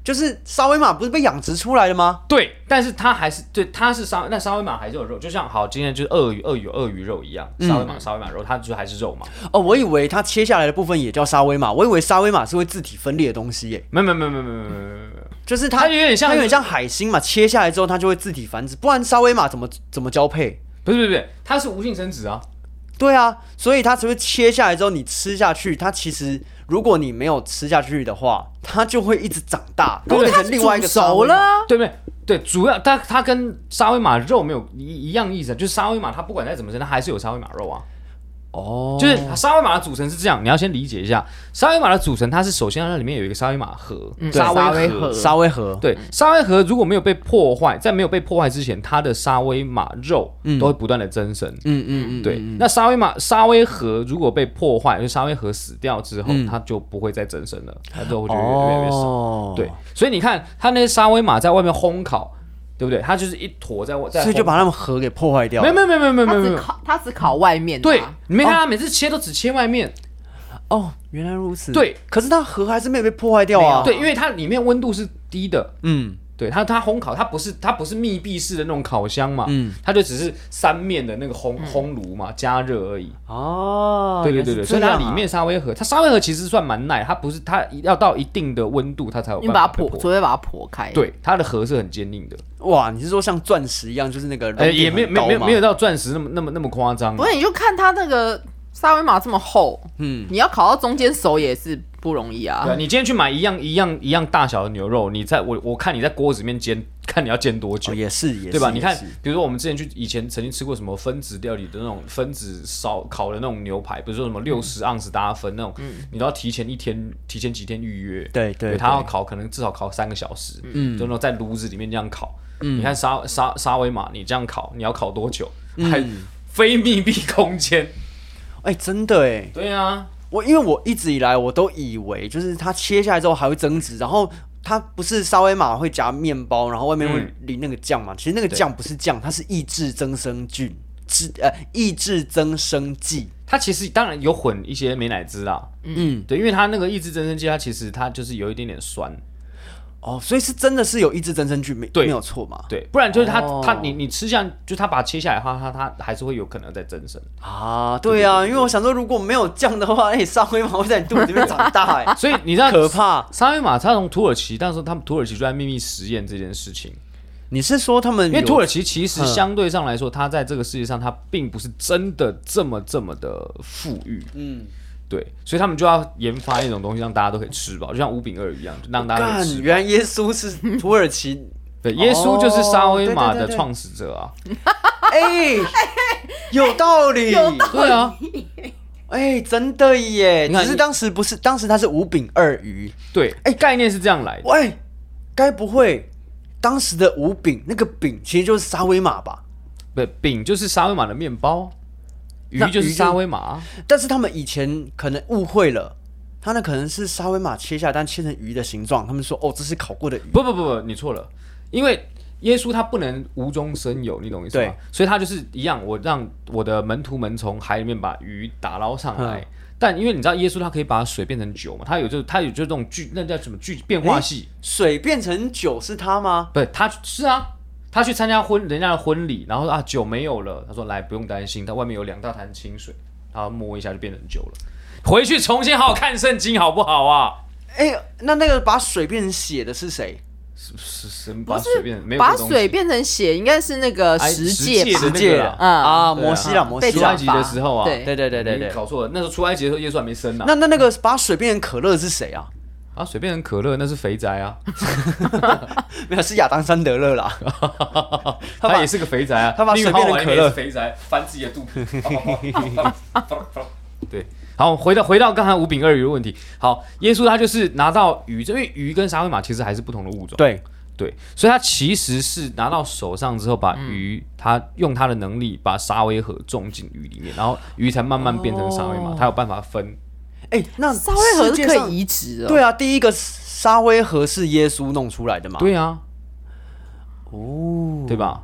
Speaker 4: 就是沙威玛不是被养殖出来的吗？
Speaker 5: 对，但是它还是对，它是沙那沙威玛还是有肉，就像好今天就是鳄鱼鳄鱼有鳄鱼肉一样，沙威玛沙威玛肉，它就还是肉嘛。
Speaker 4: 哦，我以为它切下来的部分也叫沙威玛，我以为沙威玛是会自体分裂的东西耶，
Speaker 5: 没有没有没有没有没有没有没有没有没有，
Speaker 4: 就是它
Speaker 5: 它有点像
Speaker 4: 它有点像海星嘛，切下来之后它就会自体繁殖，不然沙威玛怎么怎么交配？
Speaker 5: 不是不是不是，它是无性生殖啊。
Speaker 4: 对啊，所以它只会切下来之后你吃下去，它其实如果你没有吃下去的话，它就会一直长大，
Speaker 5: 对
Speaker 4: 变成另外一个
Speaker 6: 煮
Speaker 4: 沙
Speaker 6: 熟
Speaker 4: 威玛
Speaker 6: 了。啊，
Speaker 5: 对不对？对，主要它它跟沙威玛肉没有一一样意思啊，就是沙威玛它不管再怎么生，它还是有沙威玛肉啊。哦，就是沙威玛的组成是这样，你要先理解一下沙威玛的组成，它是首先它里面有一个沙威玛核，
Speaker 6: 嗯
Speaker 5: 沙
Speaker 6: 沙
Speaker 5: 威
Speaker 6: 威
Speaker 5: 核
Speaker 6: 核，
Speaker 4: 沙威河，
Speaker 5: 对，沙威核如果没有被破坏，在没有被破坏之前，它的沙威玛肉都会不断的增生。
Speaker 4: 嗯嗯嗯，
Speaker 5: 对，那沙威玛沙威核如果被破坏，就沙威核死掉之
Speaker 4: 嗯
Speaker 5: 后，它就不会再增生了，它肉就越越来越少。
Speaker 4: 哦，
Speaker 5: 对，，所以你看它那些沙威玛在外面烘烤，对不对？它就是一坨在外，在
Speaker 4: 所以就
Speaker 5: 烘
Speaker 4: 把他们河给破坏掉
Speaker 5: 没
Speaker 4: 了。
Speaker 5: 有没有没有没有没有没
Speaker 6: 他
Speaker 5: 有没
Speaker 6: 只
Speaker 5: 有，
Speaker 6: 烤他只烤外面、啊，
Speaker 5: 对，你没看它每次切都只切外面，
Speaker 4: 哦，原来如此。
Speaker 5: 对，
Speaker 4: 可是它河还是没有被破坏掉啊。
Speaker 5: 对，因为它里面温度是低的，
Speaker 4: 嗯，
Speaker 5: 对它，它烘烤，它不是它不是密闭式的那种烤箱嘛，
Speaker 4: 嗯
Speaker 5: 它就只是三面的那个
Speaker 6: 嗯
Speaker 5: 烘烘炉嘛，加热而已。
Speaker 4: 哦，
Speaker 5: 对对对对，
Speaker 4: 原来
Speaker 5: 所
Speaker 4: 是
Speaker 5: 以
Speaker 4: 这样
Speaker 5: 它
Speaker 4: 啊
Speaker 5: 里面沙威核，它沙威核其实算蛮耐，它不是它要到一定的温度它才有
Speaker 6: 你
Speaker 5: 办法
Speaker 6: 把它
Speaker 5: 被
Speaker 6: 破，除非把它破开。，
Speaker 5: 对，它的核是很坚硬的，
Speaker 4: 哇，你是说像钻石一样，就是那个
Speaker 5: 呃，也没有没有没有没有
Speaker 4: 有，
Speaker 5: 到钻石那么那么那么夸张啊
Speaker 6: 不。是你就看它那个沙威玛这么厚，
Speaker 4: 嗯，
Speaker 6: 你要烤到中间熟也是不容易啊
Speaker 5: 对啊，。你今天去买一样一样一样大小的牛肉，你在我我看你在锅子里面煎，看你要煎多久
Speaker 4: 哦，也是也是，
Speaker 5: 对吧？你
Speaker 4: 也
Speaker 5: 看
Speaker 4: 是，
Speaker 5: 比如说我们之前去以前曾经吃过什么分子料理的那种分子烧烤的那种牛排，比如说什么六十盎司大家分那种，你都要提前一天、提前几天预约。
Speaker 4: 嗯对对对
Speaker 5: 他要烤可能至少烤三个小时，嗯，就那种在炉子里面这样烤。
Speaker 4: 嗯
Speaker 5: 你看沙沙沙威玛，你这样烤，你要烤多久？
Speaker 4: 嗯
Speaker 5: 还非密闭空间。
Speaker 4: 哎，真的哎，
Speaker 5: 对啊，
Speaker 4: 我因为我一直以来我都以为，就是它切下来之后还会增值，然后它不是沙威玛会夹面包，然后外面会
Speaker 5: 嗯
Speaker 4: 淋那个酱嘛？其实那个
Speaker 5: 对
Speaker 4: 酱不是酱，它是抑制增生菌，制呃抑制增生剂。
Speaker 5: 它其实当然有混一些美乃滋啦，
Speaker 4: 嗯，
Speaker 5: 对，因为它那个抑制增生剂，它其实它就是有一点点酸，
Speaker 4: 哦，所以是真的是有抑制增生菌，没
Speaker 5: 对
Speaker 4: 没有错嘛？
Speaker 5: 对，不然就是它
Speaker 4: 哦
Speaker 5: 它你你吃下，就它把它切下来的话，它它还是会有可能再增生。，
Speaker 4: 啊，对啊，因为我想说，如果没有酱的话，哎、沙威玛会在你肚子里面长大、哎
Speaker 5: 所以你知道
Speaker 4: 可怕。
Speaker 5: 沙威玛，它从土耳其，那时候他们土耳其就在秘密实验这件事情，
Speaker 4: 你是说他们
Speaker 5: 因为
Speaker 4: 有
Speaker 5: 土耳其其实
Speaker 4: 嗯
Speaker 5: 相对上来说，它在这个世界上它并不是真的这么这么的富裕，
Speaker 4: 嗯，
Speaker 5: 对，所以他们就要研发一种东西让大家都可以吃饱，就像五饼二鱼一样，就让大家可以
Speaker 4: 干，
Speaker 5: 吃。
Speaker 4: 原来耶稣是土耳其，
Speaker 5: 对，耶稣就是沙威玛
Speaker 4: 哦对对
Speaker 5: 的
Speaker 4: 对对
Speaker 5: 创始者啊，
Speaker 4: 哎、有道理，
Speaker 6: 有道
Speaker 5: 对 啊，
Speaker 4: 哎、真的耶！
Speaker 5: 你看
Speaker 4: 只是当时不是，当时它是五饼二鱼。
Speaker 5: 对，哎，概念是这样来的，
Speaker 4: 喂，该不会当时的五饼那个饼其实就是沙威玛吧？
Speaker 5: 不，饼就是沙威玛的面包，鱼
Speaker 4: 那
Speaker 5: 就是
Speaker 4: 鱼就
Speaker 5: 沙威玛啊。
Speaker 4: 但是他们以前可能误会了，他那可能是沙威玛切下来，但切成鱼的形状。他们说哦，这是烤过的鱼。
Speaker 5: 不不不不，你错了，因为耶稣他不能无中生有，你懂我意思吗
Speaker 4: 对？
Speaker 5: 所以他就是一样，我让我的门徒们从海里面把鱼打捞上来。
Speaker 4: 嗯
Speaker 5: 但因为你知道耶稣他可以把水变成酒嘛，他有就他有就这种剧，那叫什么剧变化系？
Speaker 4: 水变成酒是它吗？
Speaker 5: 不是，他是啊，他去参加婚人家的婚礼，然后说啊酒没有了，他说来不用担心，他外面有两大坛清水，然后摸一下就变成酒了。回去重新好好看圣经好不好啊？
Speaker 4: 哎、那那个把水变成血的是谁？
Speaker 5: 是是是，
Speaker 6: 不
Speaker 5: 把水变没
Speaker 6: 是
Speaker 5: 有这
Speaker 6: 把
Speaker 5: 个东西
Speaker 6: 水变成血，应该是那个
Speaker 5: 哎
Speaker 6: 石戒
Speaker 5: 石戒？
Speaker 6: 吧
Speaker 5: 的那
Speaker 4: 戒
Speaker 5: 个啦
Speaker 4: 啊
Speaker 6: 嗯
Speaker 4: 啊，
Speaker 5: 对啊
Speaker 4: 摩西啦，摩
Speaker 6: 被
Speaker 4: 西
Speaker 5: 出埃
Speaker 4: 啦
Speaker 5: 及。
Speaker 6: 惩罚
Speaker 5: 的时候啊，
Speaker 6: 对
Speaker 4: 对对对对
Speaker 5: 你
Speaker 4: 对。
Speaker 5: 搞错了。那时候出埃及的时候，耶稣还没生呢、
Speaker 4: 那那那个把水变成可乐是谁啊？
Speaker 5: 啊，水变成可乐，那是肥宅啊，
Speaker 4: 没有，是亚当·山德勒啦。
Speaker 5: 他
Speaker 4: 把
Speaker 5: 也是个肥宅啊，
Speaker 4: 他把水
Speaker 5: 女浩
Speaker 4: 变成
Speaker 5: 完
Speaker 4: 可
Speaker 5: 也是
Speaker 4: 乐
Speaker 5: 肥宅翻自己的肚皮。 对，好，回到回到刚才五饼二鱼的问题。好，耶稣他就是拿到鱼，因为鱼跟沙威玛其实还是不同的物种。
Speaker 4: 对，
Speaker 5: 对，所以他其实是拿到手上之后，把鱼，他用他的能力把沙威河种进鱼里面，然后鱼才慢慢变成沙威玛，他有办法分。
Speaker 4: 哎、那
Speaker 6: 沙威河
Speaker 4: 世
Speaker 6: 是
Speaker 4: 界
Speaker 6: 可
Speaker 4: 上
Speaker 6: 以移植的，
Speaker 4: 对啊，第一个沙威河是耶稣弄出来的嘛？，
Speaker 5: 对啊，
Speaker 4: 哦，
Speaker 5: 对吧？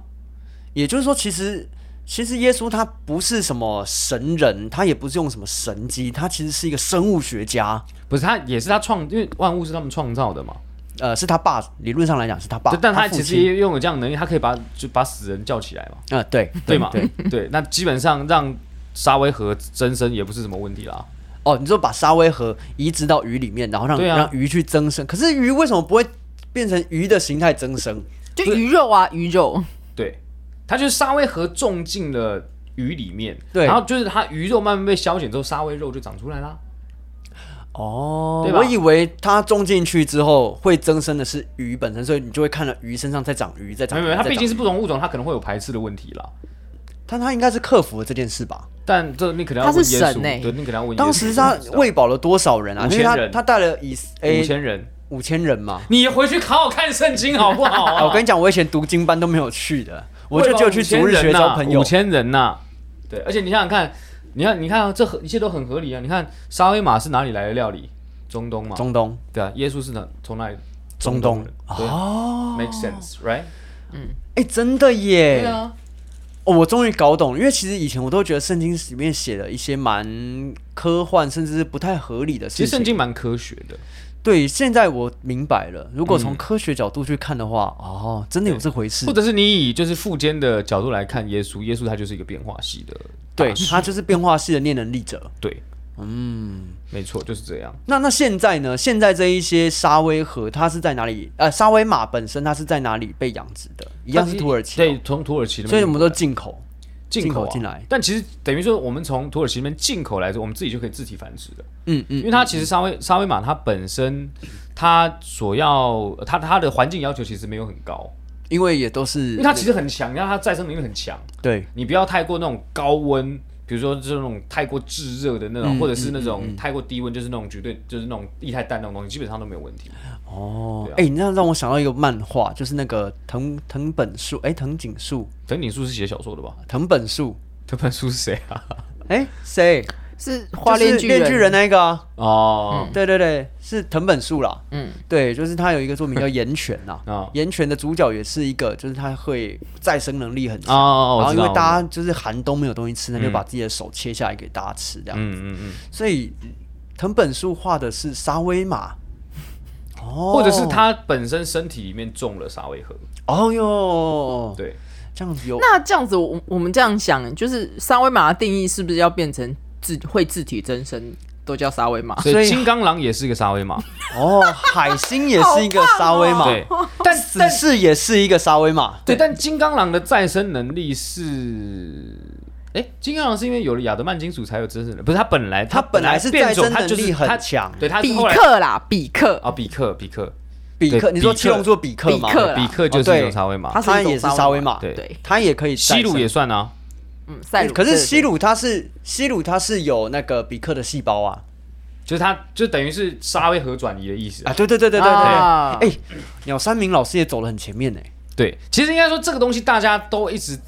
Speaker 4: 也就是说，其实其实耶稣他不是什么神人，他也不是用什么神机，他其实是一个生物学家，
Speaker 5: 不是他，也是他创，因为万物是他们创造的嘛。
Speaker 4: 呃，是他爸，理论上来讲是他爸
Speaker 5: 对，，但他
Speaker 4: 父
Speaker 5: 其实
Speaker 4: 亲
Speaker 5: 也拥有这样的能力，他可以把就把死人叫起来嘛，
Speaker 4: 呃，对
Speaker 5: 对嘛？
Speaker 4: 对，
Speaker 5: 对，那基本上让沙威河增生也不是什么问题啦。
Speaker 4: 哦，你说把沙威河移植到鱼里面，然后让、
Speaker 5: 对啊
Speaker 4: 让鱼去增生，可是鱼为什么不会变成鱼的形态增生？
Speaker 6: 就鱼肉啊，鱼肉。
Speaker 5: 对，他就是沙威河种进了鱼里面，
Speaker 4: 对
Speaker 5: 然后就是它鱼肉慢慢被消减之后，沙威肉就长出来啦。
Speaker 4: 哦
Speaker 5: 对吧
Speaker 4: 我以为它种进去之后会增生的是鱼本身，所以你就会看到鱼身上在长鱼，在
Speaker 5: 没
Speaker 4: 长
Speaker 5: 有
Speaker 4: 鱼。
Speaker 5: 没有，它
Speaker 4: 在
Speaker 5: 毕
Speaker 4: 长
Speaker 5: 竟是
Speaker 4: 鱼，
Speaker 5: 不同物种，它可能会有排斥的问题啦。
Speaker 4: 但它应该是克服了这件事吧？
Speaker 5: 但这你可能要
Speaker 6: 他是
Speaker 5: 问耶稣，
Speaker 6: 神欸
Speaker 5: 对，你可能要问耶稣。
Speaker 4: 当时他
Speaker 5: 我不知道
Speaker 4: 喂饱了多少人啊？
Speaker 5: 五
Speaker 4: 因
Speaker 5: 千
Speaker 4: 为他
Speaker 5: 人
Speaker 4: 他带了以
Speaker 5: 五
Speaker 4: 诶
Speaker 5: 千人，
Speaker 4: 五千人嘛。
Speaker 5: 你回去好好看圣经好不好啊？
Speaker 4: 啊 我跟你讲，我以前读经班都没有去的，我
Speaker 5: 喂
Speaker 4: 就
Speaker 5: 饱
Speaker 4: 只有去
Speaker 5: 5000
Speaker 4: 逐日学
Speaker 5: 人呐啊
Speaker 4: 交朋友
Speaker 5: 五。千人呐、对，而且你想想看，你看，你看、啊，这很一切都很合理啊！你看沙威玛是哪里来的料理？中东嘛，
Speaker 4: 中东，
Speaker 5: 对啊，耶稣是哪从哪里？
Speaker 4: 中
Speaker 5: 东
Speaker 4: 东哦
Speaker 5: 人对，make sense，right？
Speaker 4: 哎，真的耶！
Speaker 5: 对啊，
Speaker 4: 哦，我终于搞懂了，因为其实以前我都觉得圣经里面写了一些蛮科幻，甚至是不太合理的事
Speaker 5: 其
Speaker 4: 情。
Speaker 5: 实圣经蛮科学的，
Speaker 4: 对，现在我明白了。如果从
Speaker 5: 嗯
Speaker 4: 科学角度去看的话，哦，真的有这回事
Speaker 5: 或。者是你以就是附间的角度来看耶稣，耶稣他就是一个变化系的大
Speaker 4: 对，
Speaker 5: 师，
Speaker 4: 他就是变化系的念能力者。
Speaker 5: 对，嗯，没错，就是这样。
Speaker 4: 那那现在呢？现在这一些沙威河，它是在哪里？呃，沙威马本身它是在哪里被养殖的？一样是土耳其哦、
Speaker 5: 对，从土耳其那边
Speaker 4: 所以我们都
Speaker 5: 过来
Speaker 4: 进口。
Speaker 5: 进口啊
Speaker 4: 进口进来
Speaker 5: 但其实等于说，我们从土耳其那边进口来之后，我们自己就可以自体繁殖的。
Speaker 4: 嗯
Speaker 5: 因为它其实沙威沙威玛它本身，它所要它它的环境要求其实没有很高，
Speaker 4: 因为也都是，
Speaker 5: 因为它其实很强，让它再生能力很强。
Speaker 4: 对
Speaker 5: 你不要太过那种高温，比如说这种太过炙热的那种，
Speaker 4: 嗯
Speaker 5: 或者是那种太过低温，就是那种绝对就是那种液态氮那种东西，基本上都没有问题。
Speaker 4: 哦，
Speaker 5: 对啊
Speaker 4: 哎、你这样让我想到一个漫画，就是那个藤藤本树，哎、藤井树，
Speaker 5: 藤井树是写小说的吧？
Speaker 4: 藤本树，
Speaker 5: 藤本树是谁啊？
Speaker 4: 哎、谁？
Speaker 6: 是
Speaker 4: 就是
Speaker 6: 花恋巨
Speaker 4: 恋巨人，那一个、啊，
Speaker 5: 哦，，
Speaker 4: 对对对，是藤本树啦。
Speaker 6: 嗯，
Speaker 4: 对，就是他有一个作品叫《岩泉》呐
Speaker 5: 哦
Speaker 4: 岩泉》的主角也是一个，就是他会再生能力很
Speaker 5: 哦
Speaker 4: 强，
Speaker 5: 哦，
Speaker 4: 然
Speaker 5: 我
Speaker 4: 后
Speaker 5: 知
Speaker 4: 因
Speaker 5: 道
Speaker 4: 为大
Speaker 5: 我知道
Speaker 4: 家就是寒冬没有东西吃，他就把自己的手切下来给大家吃，这样。
Speaker 5: 嗯嗯嗯。
Speaker 4: 所以藤本树画的是沙威玛，哦，
Speaker 5: 或者是，他本身身体里面中了沙威河，
Speaker 4: 哦哟，
Speaker 5: 对，
Speaker 4: 这样子有
Speaker 6: 那这样子，我我们这样想，就是沙威玛的定义是不是要变成自会自体增生都叫沙威玛？
Speaker 5: 所
Speaker 4: 啊所
Speaker 5: 以
Speaker 4: 以
Speaker 5: 金刚狼也是一个沙威玛，
Speaker 4: 哦，海星也是一个沙威玛，
Speaker 5: 对，但
Speaker 4: 死
Speaker 5: 但
Speaker 4: 侍也哦是一个沙威玛，
Speaker 5: 对，但金刚狼的再生能力是。哎，金刚狼是因为有了亚德曼金属才有增生能力，不是它本来它
Speaker 4: 它本来是
Speaker 5: 变种，
Speaker 4: 再生
Speaker 5: 它
Speaker 4: 能
Speaker 5: 就是
Speaker 4: 力很
Speaker 5: 它
Speaker 4: 强
Speaker 5: 对，它是
Speaker 6: 比
Speaker 5: 后来
Speaker 6: 克啦，比克，
Speaker 4: 哦
Speaker 5: 啊，比克比克
Speaker 4: 比
Speaker 5: 对
Speaker 4: 克，你说
Speaker 5: 比克
Speaker 4: 七龙珠的比克吗？
Speaker 6: 比克啦
Speaker 5: 比克就是一种沙威玛
Speaker 6: 它，
Speaker 4: 它
Speaker 6: 一种
Speaker 4: 也是沙威玛
Speaker 5: 对
Speaker 6: 对，
Speaker 4: 它也可以再
Speaker 5: 西
Speaker 4: 生，
Speaker 5: 鲁也算啊，
Speaker 6: 嗯，赛鲁。
Speaker 4: 可
Speaker 6: 对
Speaker 4: 是
Speaker 6: 对
Speaker 4: 西鲁它是西鲁它是有那个比克的细胞啊
Speaker 5: 就是它就等于是沙威核转移的意思
Speaker 4: 啊，对对对对对对，
Speaker 6: 啊
Speaker 4: 哎，鸟山明老师也走得很前面呢，
Speaker 5: 对，其实应该说这个东西大家都一直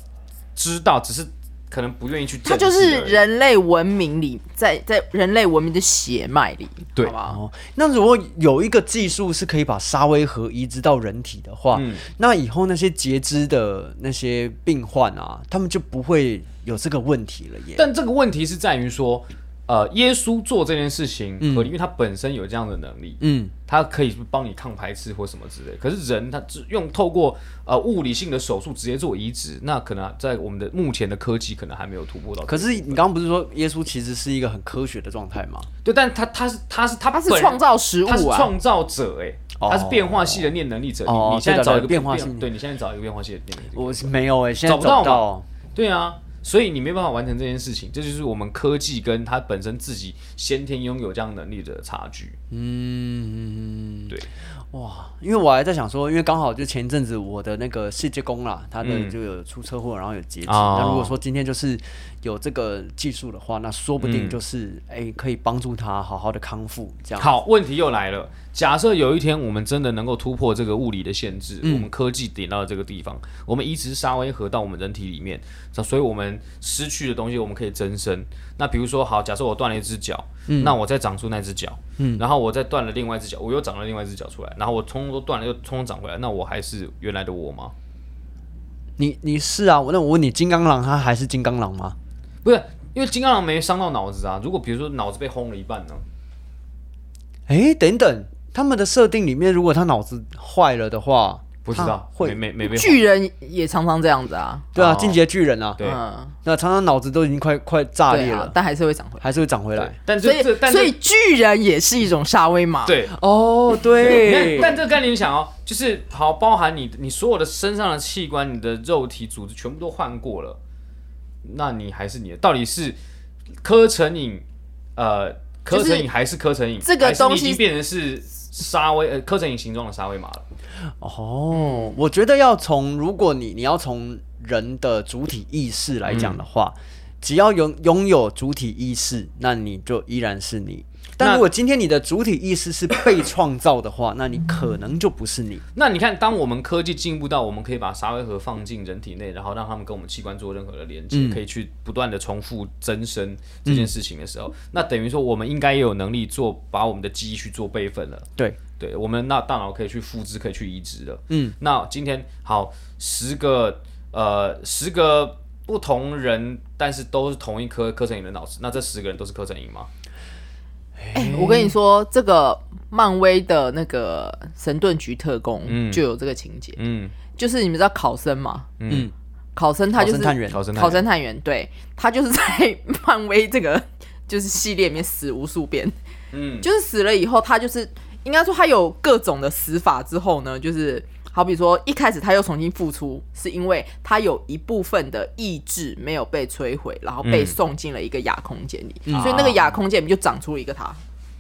Speaker 5: 知道，只是可能不愿意去
Speaker 6: 它
Speaker 5: 正视
Speaker 6: 就
Speaker 5: 而已。
Speaker 6: 是人类文明里，在在人类文明的血脉里，
Speaker 5: 对
Speaker 6: 好吧？
Speaker 4: 哦，那如果有一个技术是可以把沙威核移植到人体的话，
Speaker 5: 嗯
Speaker 4: 那以后那些截肢的那些病患啊，他们就不会有这个问题了耶。
Speaker 5: 但这个问题是在于说，呃，耶稣做这件事情合理，因为他本身有这样的能力，
Speaker 4: 嗯，
Speaker 5: 他可以帮你抗排斥或什么之类。可是人他只用透过呃物理性的手术直接做移植，那可能在我们的目前的科技可能还没有突破到这个。
Speaker 4: 可是你刚刚不是说耶稣其实是一个很科学的状态吗？
Speaker 5: 对，但他他是他是他
Speaker 6: 它
Speaker 5: 他
Speaker 6: 是创造食物
Speaker 5: 他是
Speaker 6: 啊，
Speaker 5: 创造者哎、
Speaker 4: 哦
Speaker 5: 他是变化系的念能力者，
Speaker 4: 哦
Speaker 5: 你你现在
Speaker 4: 对的
Speaker 5: 找一个
Speaker 4: 对变化系
Speaker 5: 对你现在找一个变化系的念能力者，
Speaker 4: 我是没有哎、现在
Speaker 5: 找不到
Speaker 4: 不到。
Speaker 5: 对啊，所以你没办法完成这件事情，这就是我们科技跟他本身自己先天拥有这样能力的差距。
Speaker 4: 嗯，
Speaker 5: 对，
Speaker 4: 哇，因为我还在想说，因为刚好就前一阵子我的那个世界公啦，他的
Speaker 5: 嗯
Speaker 4: 就有出车祸，然后有截肢。
Speaker 5: 哦
Speaker 4: 那如果说今天就是有这个技术的话，那说不定
Speaker 5: 嗯
Speaker 4: 就是哎、可以帮助他好好的康复这样。
Speaker 5: 好，问题又来了。假设有一天我们真的能够突破这个物理的限制，
Speaker 4: 嗯
Speaker 5: 我们科技点到了这个地方，我们移植沙威核到我们人体里面，那所以我们失去的东西我们可以增生。那比如说，好，假设我断了一只脚，那我再长出那只脚，然后我再断了另外一只脚，我又长了另外一只脚出来，然后我通通都断了，又通通长回来，那我还是原来的我吗？
Speaker 4: 你你是啊？那我问你，金刚狼他还是金刚狼吗？
Speaker 5: 不是，因为金刚狼没伤到脑子啊。如果比如说脑子被轰了一半呢？
Speaker 4: 哎、等等，他们的设定里面，如果他脑子坏了的话，
Speaker 5: 不知
Speaker 4: 他
Speaker 5: 道，
Speaker 4: 会
Speaker 5: 没没没被轰。
Speaker 6: 巨人也常常这样子啊，
Speaker 4: 对啊，
Speaker 5: 哦
Speaker 4: 进阶巨人啊，
Speaker 5: 对
Speaker 6: 嗯，
Speaker 4: 那常常脑子都已经快快炸
Speaker 6: 对
Speaker 4: 裂
Speaker 6: 啊
Speaker 4: 了，，
Speaker 6: 但还是会长回来。
Speaker 4: 还是会长回
Speaker 5: 对
Speaker 4: 来。，
Speaker 5: 但
Speaker 6: 所
Speaker 5: 这这
Speaker 6: 以，
Speaker 5: 但
Speaker 6: 所
Speaker 5: 这
Speaker 6: 以巨人也是一种沙威玛，，
Speaker 5: 对，
Speaker 4: 哦，
Speaker 5: 但
Speaker 4: 对，
Speaker 5: 但这个概念你想哦，就是好包含你你所有的身上的器官、你的肉体组织全部都换过了，那你还是你的，到底是柯成瘾，呃，柯成
Speaker 6: 就是
Speaker 5: 瘾还是柯成瘾？
Speaker 6: 这个
Speaker 5: 还是你
Speaker 6: 东
Speaker 5: 已经
Speaker 6: 西
Speaker 5: 变成是沙威呃柯成瘾形状的沙威玛了。
Speaker 4: 哦，我觉得要从如果你你要从人的主体意识来讲的话，只要拥拥有主体意识，那你就依然是你。但
Speaker 5: 那
Speaker 4: 如果今天你的主体意识是被创造的 话，那你可能就不是你。
Speaker 5: 那你看，当我们科技进步到我们可以把沙威核放进人体内，然后让他们跟我们器官做任何的连接，
Speaker 6: 嗯
Speaker 5: 可以去不断的重复增生这件事情的
Speaker 6: 嗯
Speaker 5: 时候，那等于说我们应该也有能力做把我们的记忆去做备份了。
Speaker 4: 对，
Speaker 5: 对，我们那大脑可以去复制，可以去移植的。
Speaker 4: 嗯，
Speaker 5: 那今天好十个呃十个不同人，但是都是同一颗柯震颖的脑子，那这十个人都是柯震颖吗？
Speaker 6: 哎我跟你说，这个漫威的那个神盾局特工
Speaker 5: 嗯
Speaker 6: 就有这个情节，
Speaker 5: 嗯
Speaker 6: 就是你们知道考生嘛？
Speaker 5: 嗯，
Speaker 6: 考生他就
Speaker 4: 考
Speaker 6: 是
Speaker 4: 生探员
Speaker 5: 考生
Speaker 6: 考生探员，对他就是在 漫威这个 就是系列里面死无数遍，
Speaker 5: 嗯
Speaker 6: 就是死了以后，他就是应该说他有各种的死法之后呢，就是好比说一开始他又重新复出，是因为他有一部分的意志没有被摧毁，然后被
Speaker 5: 嗯
Speaker 6: 送进了一个亚空间里，所以那个亚空间里面就长出了一个他，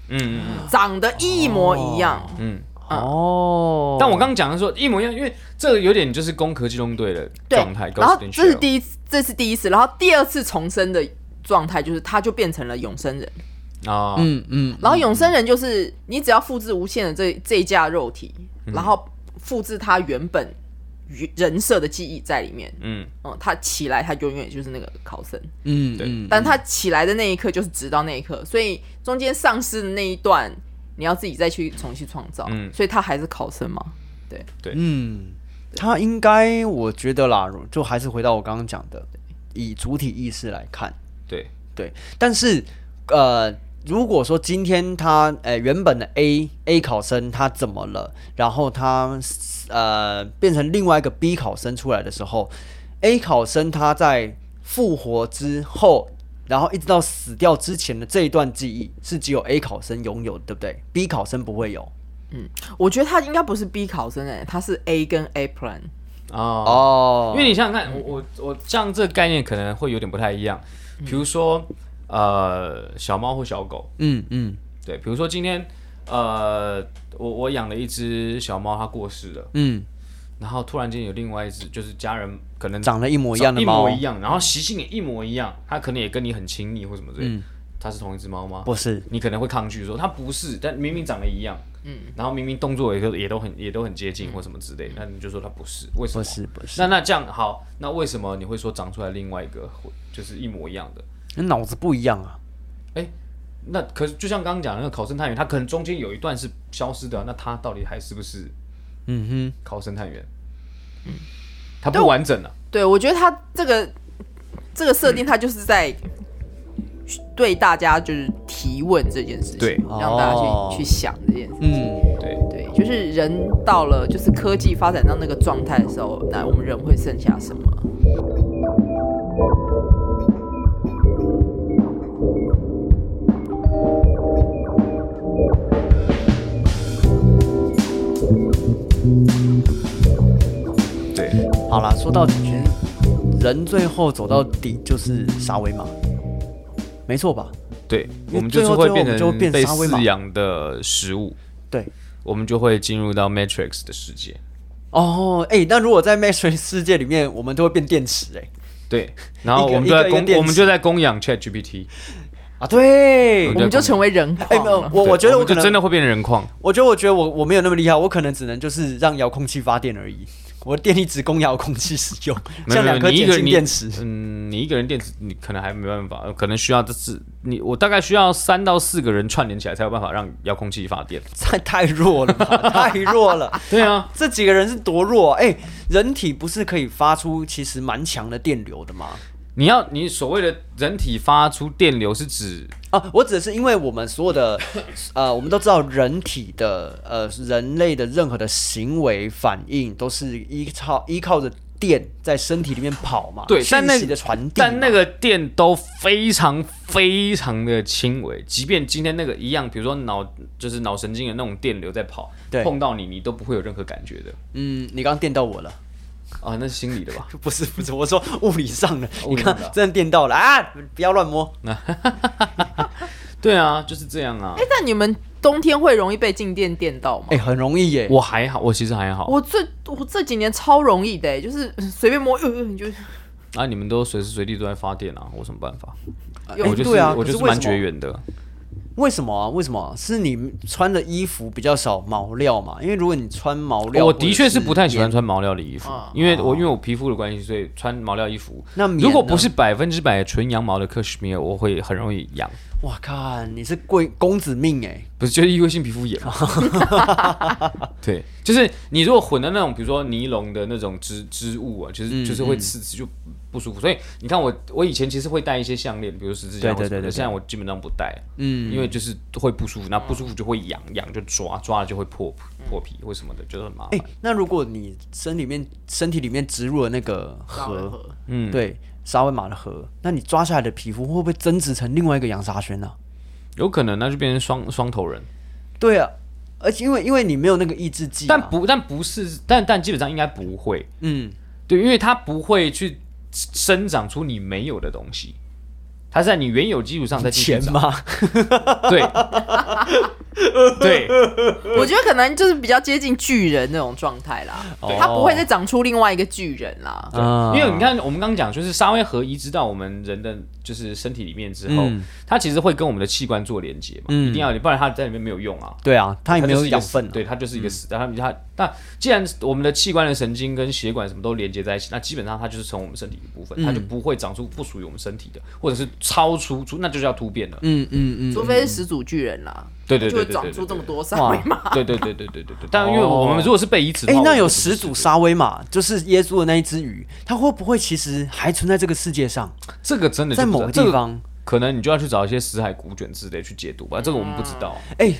Speaker 5: 嗯嗯嗯
Speaker 6: 长得一模一样。
Speaker 5: 嗯。啊
Speaker 4: 哦
Speaker 5: 但我刚刚讲的说一模一样，因为这个有点就是《攻壳机动队》的
Speaker 6: 对
Speaker 5: 状态。，
Speaker 6: 然后
Speaker 5: Ghost in
Speaker 6: 这是
Speaker 5: Shell
Speaker 6: 第一次，这是第一次，然后第二次重生的状态就是他就变成了永生人，
Speaker 5: 啊，
Speaker 4: 嗯嗯，
Speaker 6: 然后永生人就是你只要复制无限的这这一架肉体，
Speaker 5: 嗯
Speaker 6: 然后复制他原本原人设的记忆在里面，
Speaker 5: 嗯，
Speaker 6: 嗯，他起来他永远就是那个考生，
Speaker 4: 嗯
Speaker 5: 对
Speaker 4: 嗯
Speaker 6: 但他起来的那一刻就是直到那一刻，所以中间丧失的那一段你要自己再去重新创造，
Speaker 5: 嗯
Speaker 6: 所以他还是考生嘛，对，
Speaker 4: 嗯，他应该我觉得啦，就还是回到我刚刚讲的，以主体意识来看，
Speaker 5: 对，
Speaker 4: 对，但是呃，如果说今天他呃原本的 A A 考生他怎么了，然后他呃变成另外一个 B 考生出来的时候，A 考生他在复活之后。然后一直到死掉之前的这一段记忆是只有 A 考生拥有的，对不对？B 考生不会有
Speaker 6: 我觉得他应该不是 B 考生哎、他是 A 跟 A plan，
Speaker 5: 哦，
Speaker 4: 哦
Speaker 5: 因为你想想看，我我我像这个概念可能会有点不太一样，比如说呃，小猫或小狗，
Speaker 4: 嗯嗯
Speaker 5: 对，比如说今天呃，我我养了一只小猫，它过世了，
Speaker 4: 嗯，
Speaker 5: 然后突然间有另外一只，就是家人可能
Speaker 4: 长了一模一样的
Speaker 5: 一
Speaker 4: 猫，
Speaker 5: 模一样，然后习性也一模一样，它可能也跟你很亲密或什么之类的，它是同一只猫吗？
Speaker 4: 嗯不是，
Speaker 5: 你可能会抗拒说它不是，但明明长得一样，嗯，然后明明动作也都也都很也都很接近或什么之类，那你就说它不是，为什么？
Speaker 4: 不是，不是，
Speaker 5: 那那这样好，那为什么你会说长出来另外一个会就是一模一样的？
Speaker 4: 那脑子不一样啊。
Speaker 5: 那可是就像刚刚讲的那个考生探员，他可能中间有一段是消失的啊、那他到底还是不是
Speaker 4: 嗯
Speaker 5: 考生探员？嗯，他不完整了、啊
Speaker 6: 对，我觉得他这个这个设定，他就是在对大家就是提问这件事情，
Speaker 5: 对
Speaker 6: 让大家去、
Speaker 4: 哦
Speaker 6: 去想这件事
Speaker 4: 哼，
Speaker 6: 情。
Speaker 4: 嗯，
Speaker 5: 对，
Speaker 6: 对，就是人到了就是科技发展到那个状态的时候，那我们人会剩下什么？
Speaker 4: 好啦，说到底，其实人最后走到底就是沙威玛，没错吧？
Speaker 5: 对，
Speaker 4: 因为
Speaker 5: 我们就是
Speaker 4: 最后
Speaker 5: 会
Speaker 4: 最后
Speaker 5: 变
Speaker 4: 我们就会
Speaker 5: 成
Speaker 4: 变
Speaker 5: 被
Speaker 4: 沙威玛
Speaker 5: 饲养的食物，
Speaker 4: 对。
Speaker 5: 我们就会进入到 Matrix 的世界。
Speaker 4: 哦，哎、那如果在 Matrix 世界里面，我们都会变电池哎、
Speaker 5: 对，然后
Speaker 4: 一个
Speaker 5: 我们就
Speaker 4: 一
Speaker 5: 在
Speaker 4: 个一个
Speaker 5: 供
Speaker 4: 电池
Speaker 5: 我们就在供养 Chat GPT，
Speaker 4: 啊，对
Speaker 5: 我
Speaker 6: 我
Speaker 5: 们。
Speaker 6: 们就成为人
Speaker 4: 哎、
Speaker 6: 矿
Speaker 4: 没有
Speaker 6: 了。
Speaker 4: 我我觉得我
Speaker 5: 们
Speaker 4: 可
Speaker 5: 就
Speaker 4: 能
Speaker 5: 真的，会变成人矿。
Speaker 4: 我觉得我觉得我我没有那么厉害，我可能只能就是让遥控器发电而已。我的电力只供遥控器使用，
Speaker 5: 没有
Speaker 4: 像
Speaker 5: 没有
Speaker 4: 两颗
Speaker 5: 你一
Speaker 4: 碱
Speaker 5: 个
Speaker 4: 性
Speaker 5: 你
Speaker 4: 电池。
Speaker 5: 嗯，你一个人电池你可能还没办法，可能需要这是你我大概需要三到四个人串联起来才有办法让遥控器发电。
Speaker 4: 太太弱了 吧，太弱了。
Speaker 5: 对啊，
Speaker 4: 这几个人是多弱、啊？哎、人体不是可以发出其实蛮强的电流的吗？
Speaker 5: 你要你所谓的人体发出电流是指
Speaker 4: 啊，我指的是因为我们所 有的，呃，我们都知道人体的，呃，人类的任何的行为反应都是依靠依靠着电在身体里面跑嘛，
Speaker 5: 对，但
Speaker 4: 啊讯
Speaker 5: 那
Speaker 4: 息的传递，
Speaker 5: 但那。个电都非常非常的轻微，即便今天那个一样，比如说脑就是脑神经的那种电流在跑
Speaker 4: 对，
Speaker 5: 碰到你你都不会有任何感觉的
Speaker 4: 嗯，你刚刚电到我了，
Speaker 5: 啊，那是心理的吧？
Speaker 4: 不是不是，我说物理上的，
Speaker 5: 物
Speaker 4: 你
Speaker 5: 理上
Speaker 4: 看
Speaker 5: 的啊
Speaker 4: 真的电到了啊！不要乱摸，
Speaker 5: 对啊，就是这样啊。
Speaker 6: 哎，但你们冬天会容易被静电电到吗？
Speaker 4: 哎、很容易耶。
Speaker 5: 我还好，我其实还好。
Speaker 6: 欸 我这我这几年超容易的、就是随便摸，呃，你就
Speaker 5: 啊，你们都随时随地都在发电啊，我有什么办法？
Speaker 6: 有
Speaker 5: 我就是、
Speaker 4: 对啊
Speaker 5: 我
Speaker 4: 可
Speaker 5: 就是是
Speaker 4: 为
Speaker 5: 蛮
Speaker 4: 什么
Speaker 5: 绝缘的。
Speaker 4: 为什么啊？为什么啊、是你穿的衣服比较少毛料嘛？因为如果你穿毛料，
Speaker 5: 我
Speaker 4: 或者
Speaker 5: 的确是不太喜欢
Speaker 4: 棉。
Speaker 5: 穿毛料的衣服，因为我因为我皮肤的关系，所以穿毛料衣服。
Speaker 4: 那棉呢
Speaker 5: 如果不是百分之百纯羊毛的 cashmere，我会很容易痒，
Speaker 4: 哇靠，你是贵公子命哎、
Speaker 5: 不是就是异位性皮肤炎嘛。 对，就是你如果混了那种，比如说尼龙的那种织织物啊，就是、
Speaker 4: 嗯
Speaker 5: 就是会刺刺就不舒服。所以你看我我以前其实会戴一些项链，比如十字架
Speaker 4: 对对
Speaker 5: 或什么的
Speaker 4: 对对对
Speaker 5: 现在我基本上不戴，
Speaker 4: 嗯，哦
Speaker 5: 因为就是会不舒服，那不舒服就会痒，痒就抓，抓了就会破
Speaker 4: 嗯
Speaker 5: 破皮或什么的，就是很麻
Speaker 4: 哎、
Speaker 5: 烦。
Speaker 4: 那如果你身体里面身体里面植入了那个
Speaker 6: 合
Speaker 4: 核，
Speaker 5: 嗯，
Speaker 4: 对，沙威玛的核，那你抓下来的皮肤会不会增值成另外一个洋沙宣呢、啊？
Speaker 5: 有可能那就变成双双头人。
Speaker 4: 对啊，而且因为因为你没有那个抑制剂、啊，
Speaker 5: 但不，但不是，但但基本上应该不会，
Speaker 4: 嗯，
Speaker 5: 对，因为它不会去生长出你没有的东西，它是在你原有基础上再继续
Speaker 4: 钱
Speaker 5: 长，
Speaker 4: 吗？
Speaker 5: 对，对，
Speaker 4: 呃
Speaker 6: 我觉得可能就是比较接近巨人那种状态啦，它不会再长出另外一个巨人啦。
Speaker 4: 啊
Speaker 5: 因为你看我们刚刚讲，就是沙威合移植到我们人的就是身体里面之后，
Speaker 4: 嗯
Speaker 5: 它其实会跟我们的器官做连接嘛，
Speaker 4: 嗯
Speaker 5: 一定要，不然它在里面没有用啊。
Speaker 4: 对啊，它也没
Speaker 5: 就
Speaker 4: 有
Speaker 5: 是一个
Speaker 4: 养
Speaker 5: 死
Speaker 4: 分、啊，
Speaker 5: 对，它就是一个死。但它它那既然我们的器官的神经跟血管什么都连接在一起，那基本上它就是从我们身体一部分，
Speaker 4: 嗯
Speaker 5: 它就不会长出不属于我们身体的，或者是超出出，那就叫突变了。
Speaker 4: 嗯嗯嗯，
Speaker 6: 除非是始祖巨人啦，
Speaker 5: 对对
Speaker 6: 就
Speaker 5: 对对
Speaker 6: 会
Speaker 5: 对
Speaker 6: 长
Speaker 5: 对
Speaker 6: 出这么
Speaker 5: 对
Speaker 6: 多三维码。
Speaker 5: 对对对对对对对。但因为我们如果是被移植的
Speaker 4: 哎、
Speaker 5: 话，
Speaker 4: 那
Speaker 5: 我
Speaker 4: 有
Speaker 5: 们就是
Speaker 4: 始祖沙威玛，就是耶稣的那一只鱼，它会不会其实还存在这个世界上，
Speaker 5: 这个真的就
Speaker 4: 在
Speaker 5: 不知
Speaker 4: 某
Speaker 5: 道
Speaker 4: 个
Speaker 5: 这
Speaker 4: 地方？
Speaker 5: 可能你就要去找一些死海古卷之类去解读吧，这个我们不知道。
Speaker 4: 哎、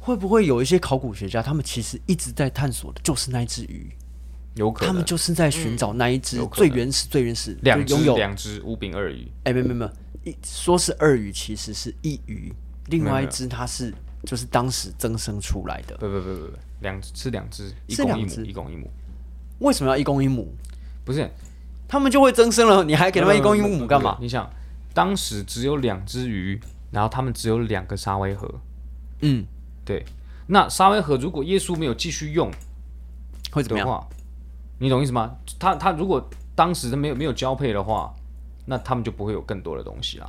Speaker 4: 会不会有一些考古学家，他们其实一直在探索的就是那一只鱼，
Speaker 5: 有可
Speaker 4: 他
Speaker 5: 能
Speaker 4: 们就是在
Speaker 6: 嗯
Speaker 4: 寻找那一只
Speaker 5: 有可
Speaker 4: 最
Speaker 5: 能
Speaker 4: 原始、最原始、就
Speaker 5: 两只
Speaker 4: 拥有
Speaker 5: 两只无柄鳄鱼，
Speaker 4: 哎、没没没，一说是二鱼，其实是一鱼，另
Speaker 5: 没有
Speaker 4: 外一
Speaker 5: 没有
Speaker 4: 只它是就是当时增生出来的。
Speaker 5: 不不不不不，两只是两只，一
Speaker 4: 是
Speaker 5: 公
Speaker 4: 两
Speaker 5: 一母
Speaker 4: 只
Speaker 5: 一公一母，
Speaker 4: 为什么要一公一母？
Speaker 5: 不是
Speaker 4: 他们就会增生了，你还给他们一公一母干嘛？
Speaker 5: 你想，当时只有两只鱼，然后他们只有两个沙威河。
Speaker 4: 嗯，
Speaker 5: 对，那沙威河如果耶稣没有继续用
Speaker 4: 会怎么
Speaker 5: 的
Speaker 4: 样？
Speaker 5: 话，你懂意思吗？他他如果当时没有没有交配的话，那他们就不会有更多的东西啊。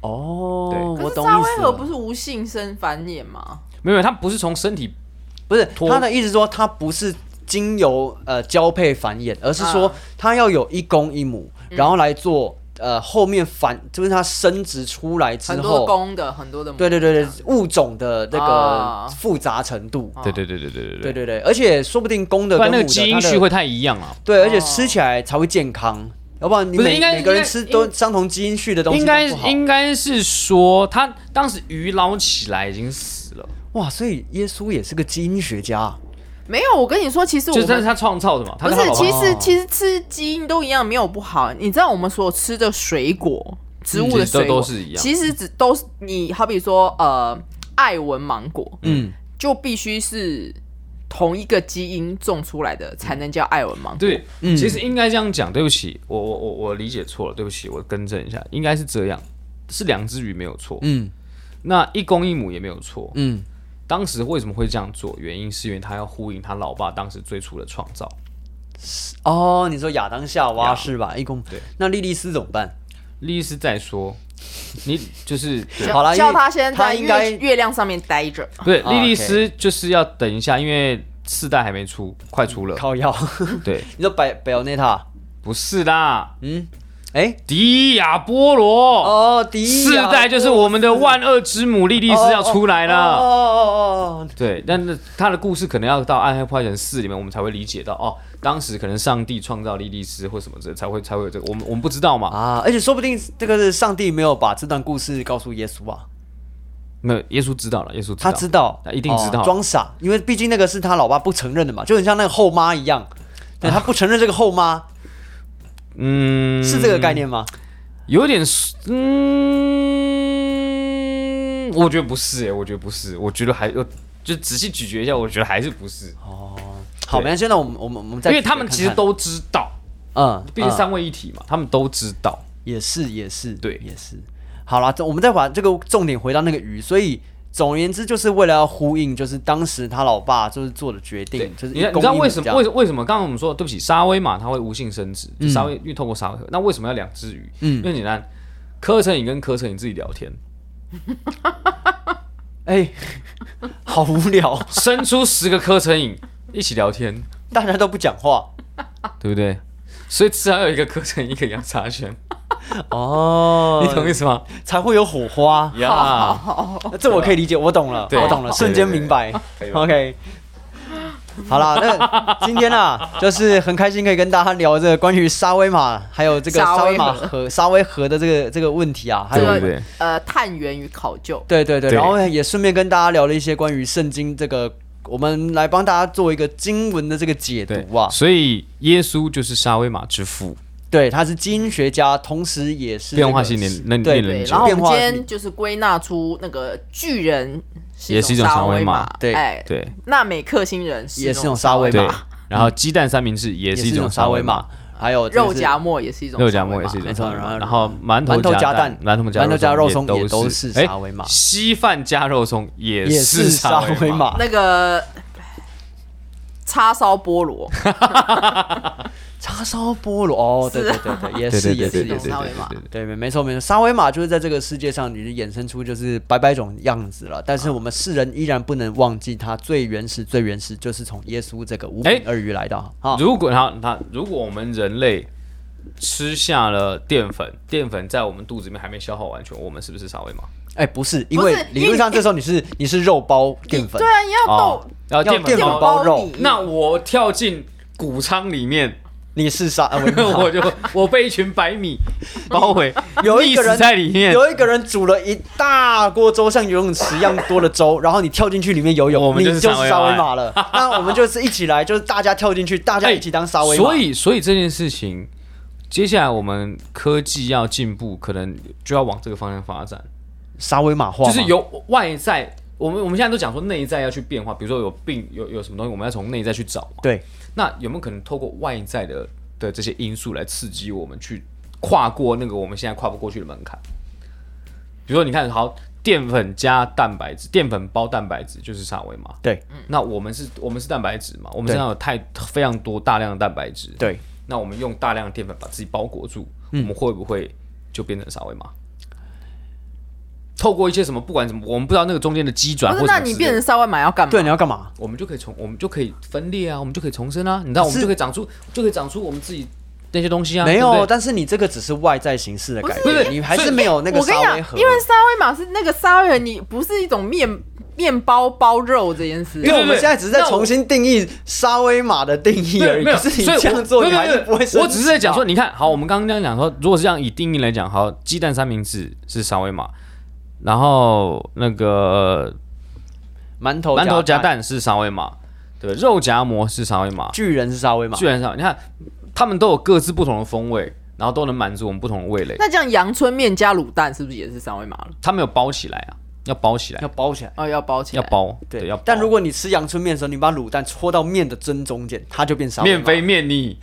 Speaker 5: 对
Speaker 4: 哦，我
Speaker 6: 可是
Speaker 4: 懂
Speaker 6: 沙
Speaker 4: 意
Speaker 6: 威
Speaker 4: 思
Speaker 6: 河不
Speaker 4: 了。
Speaker 6: 是无性生繁衍吗？
Speaker 5: 没有，没有它不是从身体
Speaker 4: 不是
Speaker 5: 脱
Speaker 4: 他的意思说，他不是经由呃交配繁衍，而是说
Speaker 6: 啊嗯
Speaker 4: 他要有一公一母，然后来做呃后面繁，就是它生殖出来之
Speaker 6: 很多
Speaker 4: 后，
Speaker 6: 公的，很多的母
Speaker 4: 对对对对，物种的那个
Speaker 6: 啊
Speaker 4: 复杂程度。
Speaker 5: 对对对对对对
Speaker 4: 对对对，而且说不定公的
Speaker 5: 不
Speaker 4: 跟
Speaker 5: 然那
Speaker 4: 母的，
Speaker 5: 个基因
Speaker 4: 它的
Speaker 5: 序会太一样了。
Speaker 4: 对，而且吃起来才会健康，要不然你
Speaker 5: 不是
Speaker 4: 每
Speaker 5: 应该
Speaker 4: 每个人
Speaker 5: 应该
Speaker 4: 吃都相同基因序的东西
Speaker 5: 应
Speaker 4: 都
Speaker 5: 该
Speaker 4: 不好
Speaker 5: 应该是说，他当时鱼捞起来已经死了，
Speaker 4: 哇，所以耶稣也是个基因学家啊，
Speaker 6: 没有，我跟你说，其实我
Speaker 5: 就是
Speaker 6: 们
Speaker 5: 他他创造的嘛。他
Speaker 6: 不
Speaker 5: 跟他
Speaker 6: 是，
Speaker 5: 老婆
Speaker 6: 其实
Speaker 4: 哦
Speaker 6: 其实吃基因都一样，没有不好。你知道我们所吃的水果，植物的
Speaker 5: 嗯其实都
Speaker 6: 水果、
Speaker 5: 都是一样
Speaker 6: 其实只都是你好比说呃，爱文芒果，
Speaker 4: 嗯，
Speaker 6: 就必须是同一个基因种出来的，才能叫爱文芒果。
Speaker 5: 对，
Speaker 4: 嗯
Speaker 5: 其实应该这样讲。对不起，我我我我理解错了，对不起，我更正一下，应该是这样，是两只鱼没有错，
Speaker 4: 嗯
Speaker 5: 那一公一母也没有错。
Speaker 4: 嗯，
Speaker 5: 当时为什么会这样做？原因是因为他要呼应他老爸当时最初的创造。
Speaker 4: 哦，你说亚当夏娃
Speaker 5: 呀
Speaker 4: 是吧？一公
Speaker 5: 对，
Speaker 4: 那莉莉丝怎么办？
Speaker 5: 莉莉丝再说，你 就是对
Speaker 4: 好啦
Speaker 6: 叫
Speaker 4: 因为
Speaker 6: 他先
Speaker 4: 他
Speaker 6: 在
Speaker 4: 应该
Speaker 6: 月月亮上面待着。
Speaker 5: 不是
Speaker 4: 啊
Speaker 5: 莉莉丝就是要等一下，因为四代还没出，快出了。
Speaker 4: 靠 药，
Speaker 5: 对，
Speaker 4: 你说百百欧内塔，
Speaker 5: 不是啦，
Speaker 4: 哎，
Speaker 5: 迪亚波罗
Speaker 4: 哦，第一
Speaker 5: 四代就是我们的万恶之母莉莉丝要出来
Speaker 4: 哦
Speaker 5: 了。
Speaker 4: 哦哦哦，
Speaker 5: 对，但是他的故事可能要到《暗黑破坏神四》里面，我们才会理解到哦，当时可能上帝创造莉莉丝或什么之类，才会才会有这个，我们我们不知道嘛。
Speaker 4: 啊，而且说不定这个是上帝没有把这段故事告诉耶稣啊，
Speaker 5: 没有，耶稣知道了，耶稣
Speaker 4: 他知道，
Speaker 5: 他一定知道
Speaker 4: 哦装傻，因为毕竟那个是他老爸不承认的嘛，就很像那个后妈一样，对他不承认这个后妈
Speaker 5: 嗯，
Speaker 4: 是这个概，念吗？
Speaker 5: 有点是，嗯，我觉得不是哎、我觉得不是，我觉得还有，就仔细咀嚼一下，我觉得还是不是，
Speaker 4: 好，
Speaker 5: 对
Speaker 4: 没关系，那我们我们我们再
Speaker 5: 因
Speaker 4: 举
Speaker 5: 为
Speaker 4: 个
Speaker 5: 他
Speaker 4: 看看，
Speaker 5: 们其实都知道，
Speaker 4: 嗯，
Speaker 5: 毕竟
Speaker 4: 嗯
Speaker 5: 三位一体嘛，他们都知道，
Speaker 4: 也是也是
Speaker 5: 对
Speaker 4: 也是。好啦，这我们再把这个重点回到那个鱼，所以总而言之，就是为了要呼应，就是当时他老爸就是做的决定，就是
Speaker 5: 你
Speaker 4: 一
Speaker 5: 看你
Speaker 4: 公
Speaker 5: 知道
Speaker 4: 一母
Speaker 5: 为什
Speaker 4: 这
Speaker 5: 么
Speaker 4: 样
Speaker 5: 为什为什么刚刚我们说对不起沙威玛它会无性生殖，就
Speaker 4: 嗯
Speaker 5: 沙威因为透过沙威那为什么要两只鱼？
Speaker 4: 嗯
Speaker 5: 因为很简单，柯晨宇跟柯晨宇自己聊天，
Speaker 4: 哎、 好无聊，
Speaker 5: 生出十个柯晨宇一起聊 天，
Speaker 4: 大家都不讲话
Speaker 5: 对不对？所以至少要有一个柯晨宇，一个杨查轩，
Speaker 4: 哦
Speaker 5: 你懂意思吗？
Speaker 4: 才会有火花。
Speaker 5: 呃 呀，
Speaker 4: 这我可以理解，我懂了，
Speaker 5: 对
Speaker 4: 我懂了，
Speaker 5: 对
Speaker 4: 瞬间
Speaker 5: 对对
Speaker 4: 明白
Speaker 5: 可以。吧
Speaker 4: OK，好啦，那今天啊，就是很开心可以跟大家聊这个关于沙威玛，还有这个
Speaker 6: 沙
Speaker 4: 沙威
Speaker 6: 威
Speaker 4: 玛
Speaker 6: 河
Speaker 4: 河、沙威河的这个这个问题啊，还
Speaker 6: 这
Speaker 4: 有
Speaker 5: 对
Speaker 6: 个
Speaker 5: 对对
Speaker 6: 呃探源与考究，
Speaker 4: 对对对，
Speaker 5: 对
Speaker 4: 然后也顺便跟大家聊了一些关于圣经这个，我们来帮大家做一个经文的这个解
Speaker 5: 对
Speaker 4: 读啊。
Speaker 5: 所以耶稣就是沙威玛之父，
Speaker 4: 对，他是基因学家，同时也是
Speaker 5: 变化
Speaker 4: 这
Speaker 5: 性
Speaker 4: 个
Speaker 5: 恋认
Speaker 4: 对
Speaker 5: 恋
Speaker 6: 对，
Speaker 5: 人
Speaker 6: 然
Speaker 5: 者。
Speaker 6: 后我
Speaker 4: 变
Speaker 6: 们
Speaker 4: 化
Speaker 6: 今
Speaker 4: 是
Speaker 6: 天就是归纳出那个巨人
Speaker 5: 也是一种
Speaker 6: 沙
Speaker 5: 沙威
Speaker 6: 威
Speaker 5: 玛
Speaker 4: 对
Speaker 6: 哎，
Speaker 5: 对
Speaker 6: 纳美克星人
Speaker 4: 也是
Speaker 6: 一种
Speaker 4: 一种沙威
Speaker 5: 对
Speaker 4: 玛，，
Speaker 5: 然后鸡蛋三明治也
Speaker 4: 也
Speaker 5: 是一种
Speaker 4: 沙
Speaker 5: 沙威玛
Speaker 4: 玛，，还有这个
Speaker 6: 肉
Speaker 4: 是
Speaker 6: 夹馍也是一种
Speaker 5: 肉夹
Speaker 6: 沙
Speaker 5: 馍
Speaker 6: 威
Speaker 5: 也
Speaker 6: 玛
Speaker 5: 是一种
Speaker 4: 没
Speaker 5: 沙
Speaker 4: 错
Speaker 5: 威玛
Speaker 4: 然后
Speaker 5: 然后馒
Speaker 4: 馒
Speaker 5: 头
Speaker 4: 头夹
Speaker 5: 蛋
Speaker 4: 蛋、
Speaker 5: 馒头夹
Speaker 4: 馒头夹肉
Speaker 5: 松
Speaker 4: 松也
Speaker 5: 都
Speaker 4: 都
Speaker 5: 是
Speaker 4: 是
Speaker 5: 哎
Speaker 4: 沙威玛
Speaker 5: 稀饭加肉松也
Speaker 4: 也
Speaker 5: 是
Speaker 4: 是沙
Speaker 5: 威
Speaker 4: 威玛。
Speaker 6: 那个叉烧菠萝，
Speaker 4: 叉烧菠萝哦，对
Speaker 6: 是
Speaker 4: 对
Speaker 6: 啊
Speaker 4: 对 对，也
Speaker 5: 对
Speaker 4: 是
Speaker 5: 对
Speaker 4: 也
Speaker 5: 对对
Speaker 4: 是
Speaker 5: 对对对。
Speaker 4: 也是
Speaker 6: 沙威
Speaker 5: 对
Speaker 6: 玛
Speaker 5: 对对
Speaker 4: 对，没没错没错，沙威玛就是在这个世界上，你就衍生出就是百百种样子了。但是我们世人依然不能忘记，它最原始、最原始就是从耶稣这个五
Speaker 5: 哎
Speaker 4: 饼二鱼来的啊。
Speaker 5: 如果他他如果我们人类吃下了淀粉，淀粉在我们肚子里面还没消耗完全，我们是不是沙威玛？
Speaker 4: 哎，不是，因
Speaker 6: 不是
Speaker 4: 为理论上这时候你是你是肉包淀粉
Speaker 6: 对，啊，你要
Speaker 5: 哦
Speaker 6: 豆，
Speaker 5: 然后淀
Speaker 4: 淀
Speaker 5: 粉
Speaker 4: 粉
Speaker 5: 包。
Speaker 4: 包肉
Speaker 6: 你
Speaker 5: 那我跳进谷仓里面，
Speaker 4: 你是沙，啊
Speaker 5: 我就我被一群白米包围，
Speaker 4: 有一个
Speaker 5: 溺
Speaker 4: 人
Speaker 5: 死在里面，
Speaker 4: 有一个人煮了一大锅粥，像游泳池一样多的粥，然后你跳进去里面游泳，
Speaker 5: 我们
Speaker 4: 你
Speaker 5: 就是
Speaker 4: 是
Speaker 5: 沙威玛
Speaker 4: 沙威玛了。 那我们就是一起来，就是大家跳进去，大家一起当沙
Speaker 5: 哎
Speaker 4: 威玛。
Speaker 5: 所以，所以这件事情，接下来我们科技要进步，可能就要往这个方向发展，
Speaker 4: 沙威玛化
Speaker 5: 就
Speaker 4: 嘛
Speaker 5: 是由外在。我们我们现在都讲说内在要去变化，比如说有病有有什么东西，我们要从内在去找嘛。
Speaker 4: 对
Speaker 5: 那有没有可能透过外在的的这些因素来刺激我们去跨过那个我们现在跨不过去的门槛？比如说，你看，好，淀粉加蛋白质，淀粉包蛋白质就是沙威玛。
Speaker 4: 对
Speaker 5: 那我们是，我们是蛋白质嘛？我们
Speaker 4: 对
Speaker 5: 身上有太非常多大量的蛋白质。
Speaker 4: 对，
Speaker 5: 那我们用大量的淀粉把自己包裹住，
Speaker 4: 嗯
Speaker 5: 我们会不会就变成沙威玛？透过一些什么，不管什么，我们不知道那个中间的机转
Speaker 6: 不
Speaker 5: 或
Speaker 6: 是，
Speaker 5: 什么
Speaker 6: 那
Speaker 5: 之类的，
Speaker 6: 你变成沙威玛要
Speaker 5: 嗯
Speaker 6: 干嘛？
Speaker 4: 对，你要干嘛？
Speaker 5: 我们就可以重，我们就可以分裂啊，我们就可以重生啊，你知道，我们
Speaker 4: 是
Speaker 5: 就可以长出，就可以长出我们自己那些东西啊。
Speaker 4: 没
Speaker 5: 对
Speaker 4: 有，
Speaker 5: 不对
Speaker 4: 但是你这个只是外在形式的改
Speaker 5: 不是
Speaker 4: 变，你还
Speaker 5: 所
Speaker 4: 是
Speaker 5: 以
Speaker 4: 没有那个
Speaker 6: 我跟
Speaker 4: 沙
Speaker 6: 你讲
Speaker 4: 威河，。
Speaker 6: 因为沙威玛是那个沙威尔，你不是一种面面包包肉这件事
Speaker 4: 因。为我们
Speaker 5: 对对对
Speaker 4: 现在只是在
Speaker 5: 那我
Speaker 4: 重新定义沙威玛的定义
Speaker 5: 对，
Speaker 4: 而已。
Speaker 5: 没有，
Speaker 4: 可
Speaker 5: 所
Speaker 4: 是
Speaker 5: 以
Speaker 4: 你这
Speaker 5: 我
Speaker 4: 样做，
Speaker 5: 对
Speaker 4: 你
Speaker 5: 对
Speaker 4: 还是
Speaker 5: 对
Speaker 4: 不会生
Speaker 5: 我只是在讲说，
Speaker 4: 气啊
Speaker 5: 你看，好，我们刚刚这样讲说，如果是这样以定义来讲，好，鸡蛋三明治是沙威玛，然后那个
Speaker 4: 吧馒头
Speaker 5: 馒头夹
Speaker 4: 夹，
Speaker 5: 蛋是沙威玛，对不对，肉夹馍是沙威玛，
Speaker 4: 巨人是沙威玛
Speaker 5: 居，然上，你看他们都有各自不同的风味，然后都能满足我们不同的味蕾。
Speaker 6: 那这样阳春面加卤蛋是不是也是沙威玛了？
Speaker 5: 他们有包起来啊，要包起来
Speaker 4: 要，包起来。
Speaker 6: 哦，要包起
Speaker 5: 要
Speaker 6: 来。
Speaker 5: 包，对，
Speaker 4: 对
Speaker 5: 要包。，
Speaker 4: 但如果你吃阳春面的时候，你把卤蛋戳到面的正中间，它就变沙威玛
Speaker 5: 面非面 腻，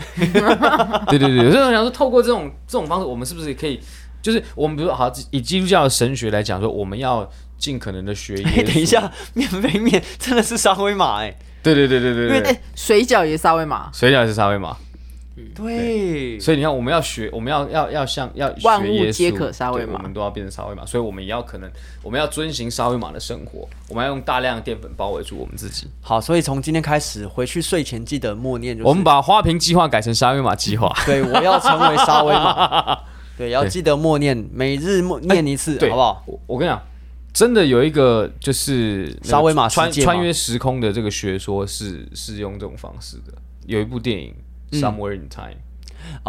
Speaker 5: 对对对，所以我想说，透过这种这种方式，我们是不是也可以，就是我们比如说好以基督教的神学来讲说，我们要尽可能的学耶稣。
Speaker 4: 哎，等一，下，面非面真的是沙威玛哎、
Speaker 5: 对对对对对对
Speaker 6: 哎，，水饺也是沙威玛，
Speaker 5: 水饺也是沙威玛，
Speaker 4: 对，
Speaker 5: 所以你看，我们要学，我们要要要像要学
Speaker 6: 万物
Speaker 5: 耶稣
Speaker 6: 皆可沙威玛
Speaker 5: 对我们都要变成沙威玛，所以我们也要可能，我们要遵行沙威玛的生活，我们要用大量的淀粉包围住我们自己。
Speaker 4: 好，所以从今天开始回去睡前记得默念，就是
Speaker 5: 我们把花瓶计划改成沙威玛计划，
Speaker 4: 对我要成为沙威玛， 对，要记得默念，每日默念一次，
Speaker 5: 哎对，
Speaker 4: 好不好？？
Speaker 5: 我我跟你讲，真的有一个就是那个
Speaker 4: 沙威玛世
Speaker 5: 穿
Speaker 4: 界吗
Speaker 5: 穿越时空的这个学说是是用这种方式的。有一部电影
Speaker 4: 嗯
Speaker 5: 《Somewhere in Time》，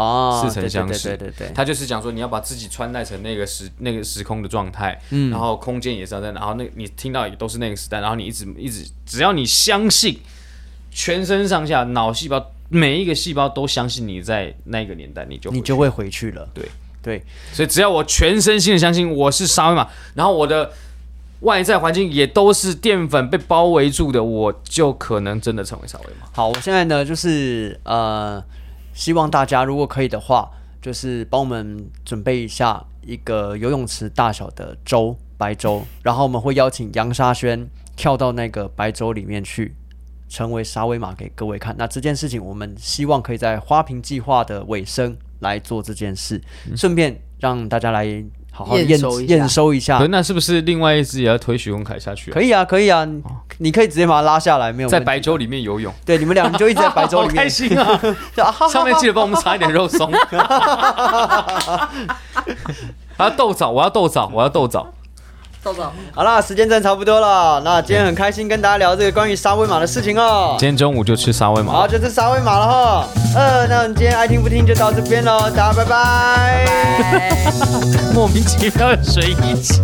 Speaker 4: 啊，
Speaker 5: 似曾相识，
Speaker 4: 对对对对对对，
Speaker 5: 他就是讲说你要把自己穿戴成那个时那个时空的状态，
Speaker 4: 嗯
Speaker 5: 然后空间也是要在，然后那你听到也都是那个时代，然后你一直一直，只要你相信，全身上下脑细胞每一个细胞都相信你在那个年代，你就回
Speaker 4: 你就
Speaker 5: 去
Speaker 4: 会回去了。
Speaker 5: 对
Speaker 4: 对，
Speaker 5: 所以只要我全身心的相信我是沙威玛，然后我的外在环境也都是淀粉被包围住的，我就可能真的成为沙威玛。
Speaker 4: 好，我现在呢就是呃，希望大家如果可以的话，就是帮我们准备一下一个游泳池大小的粥，白粥，然后我们会邀请杨沙宣跳到那个白粥里面去，成为沙威玛给各位看。那这件事情，我们希望可以在花瓶计划的尾声来做这件事，顺便让大家来好好
Speaker 6: 验
Speaker 4: 验
Speaker 6: 收一下
Speaker 4: 验收一
Speaker 5: 可
Speaker 4: 下
Speaker 5: 是。那是不是另外一只也要推许文凯下去、啊？
Speaker 4: 啊可以啊，可以啊，你你可以直接把它拉下来，没有
Speaker 5: 在
Speaker 4: 问题
Speaker 5: 白粥里面游泳，
Speaker 4: 对你们俩你就一直在白粥
Speaker 5: 好
Speaker 4: 里
Speaker 5: 开
Speaker 4: 面，
Speaker 5: 心啊！
Speaker 4: 就 啊哈哈
Speaker 5: 上面记得帮我们撒一点肉松。还要豆枣，我要豆枣，我要豆枣。
Speaker 6: 豆豆，
Speaker 4: 好啦，时间真的差不多了。那今天很开心跟大家聊这个关于沙威玛的事情哦。
Speaker 5: 今天中午就吃沙威玛
Speaker 4: 好，。就是沙威玛了哈。呃，那我们今天爱听不听就到这边喽，大家拜拜
Speaker 6: 拜。
Speaker 5: 莫名其妙的水一起。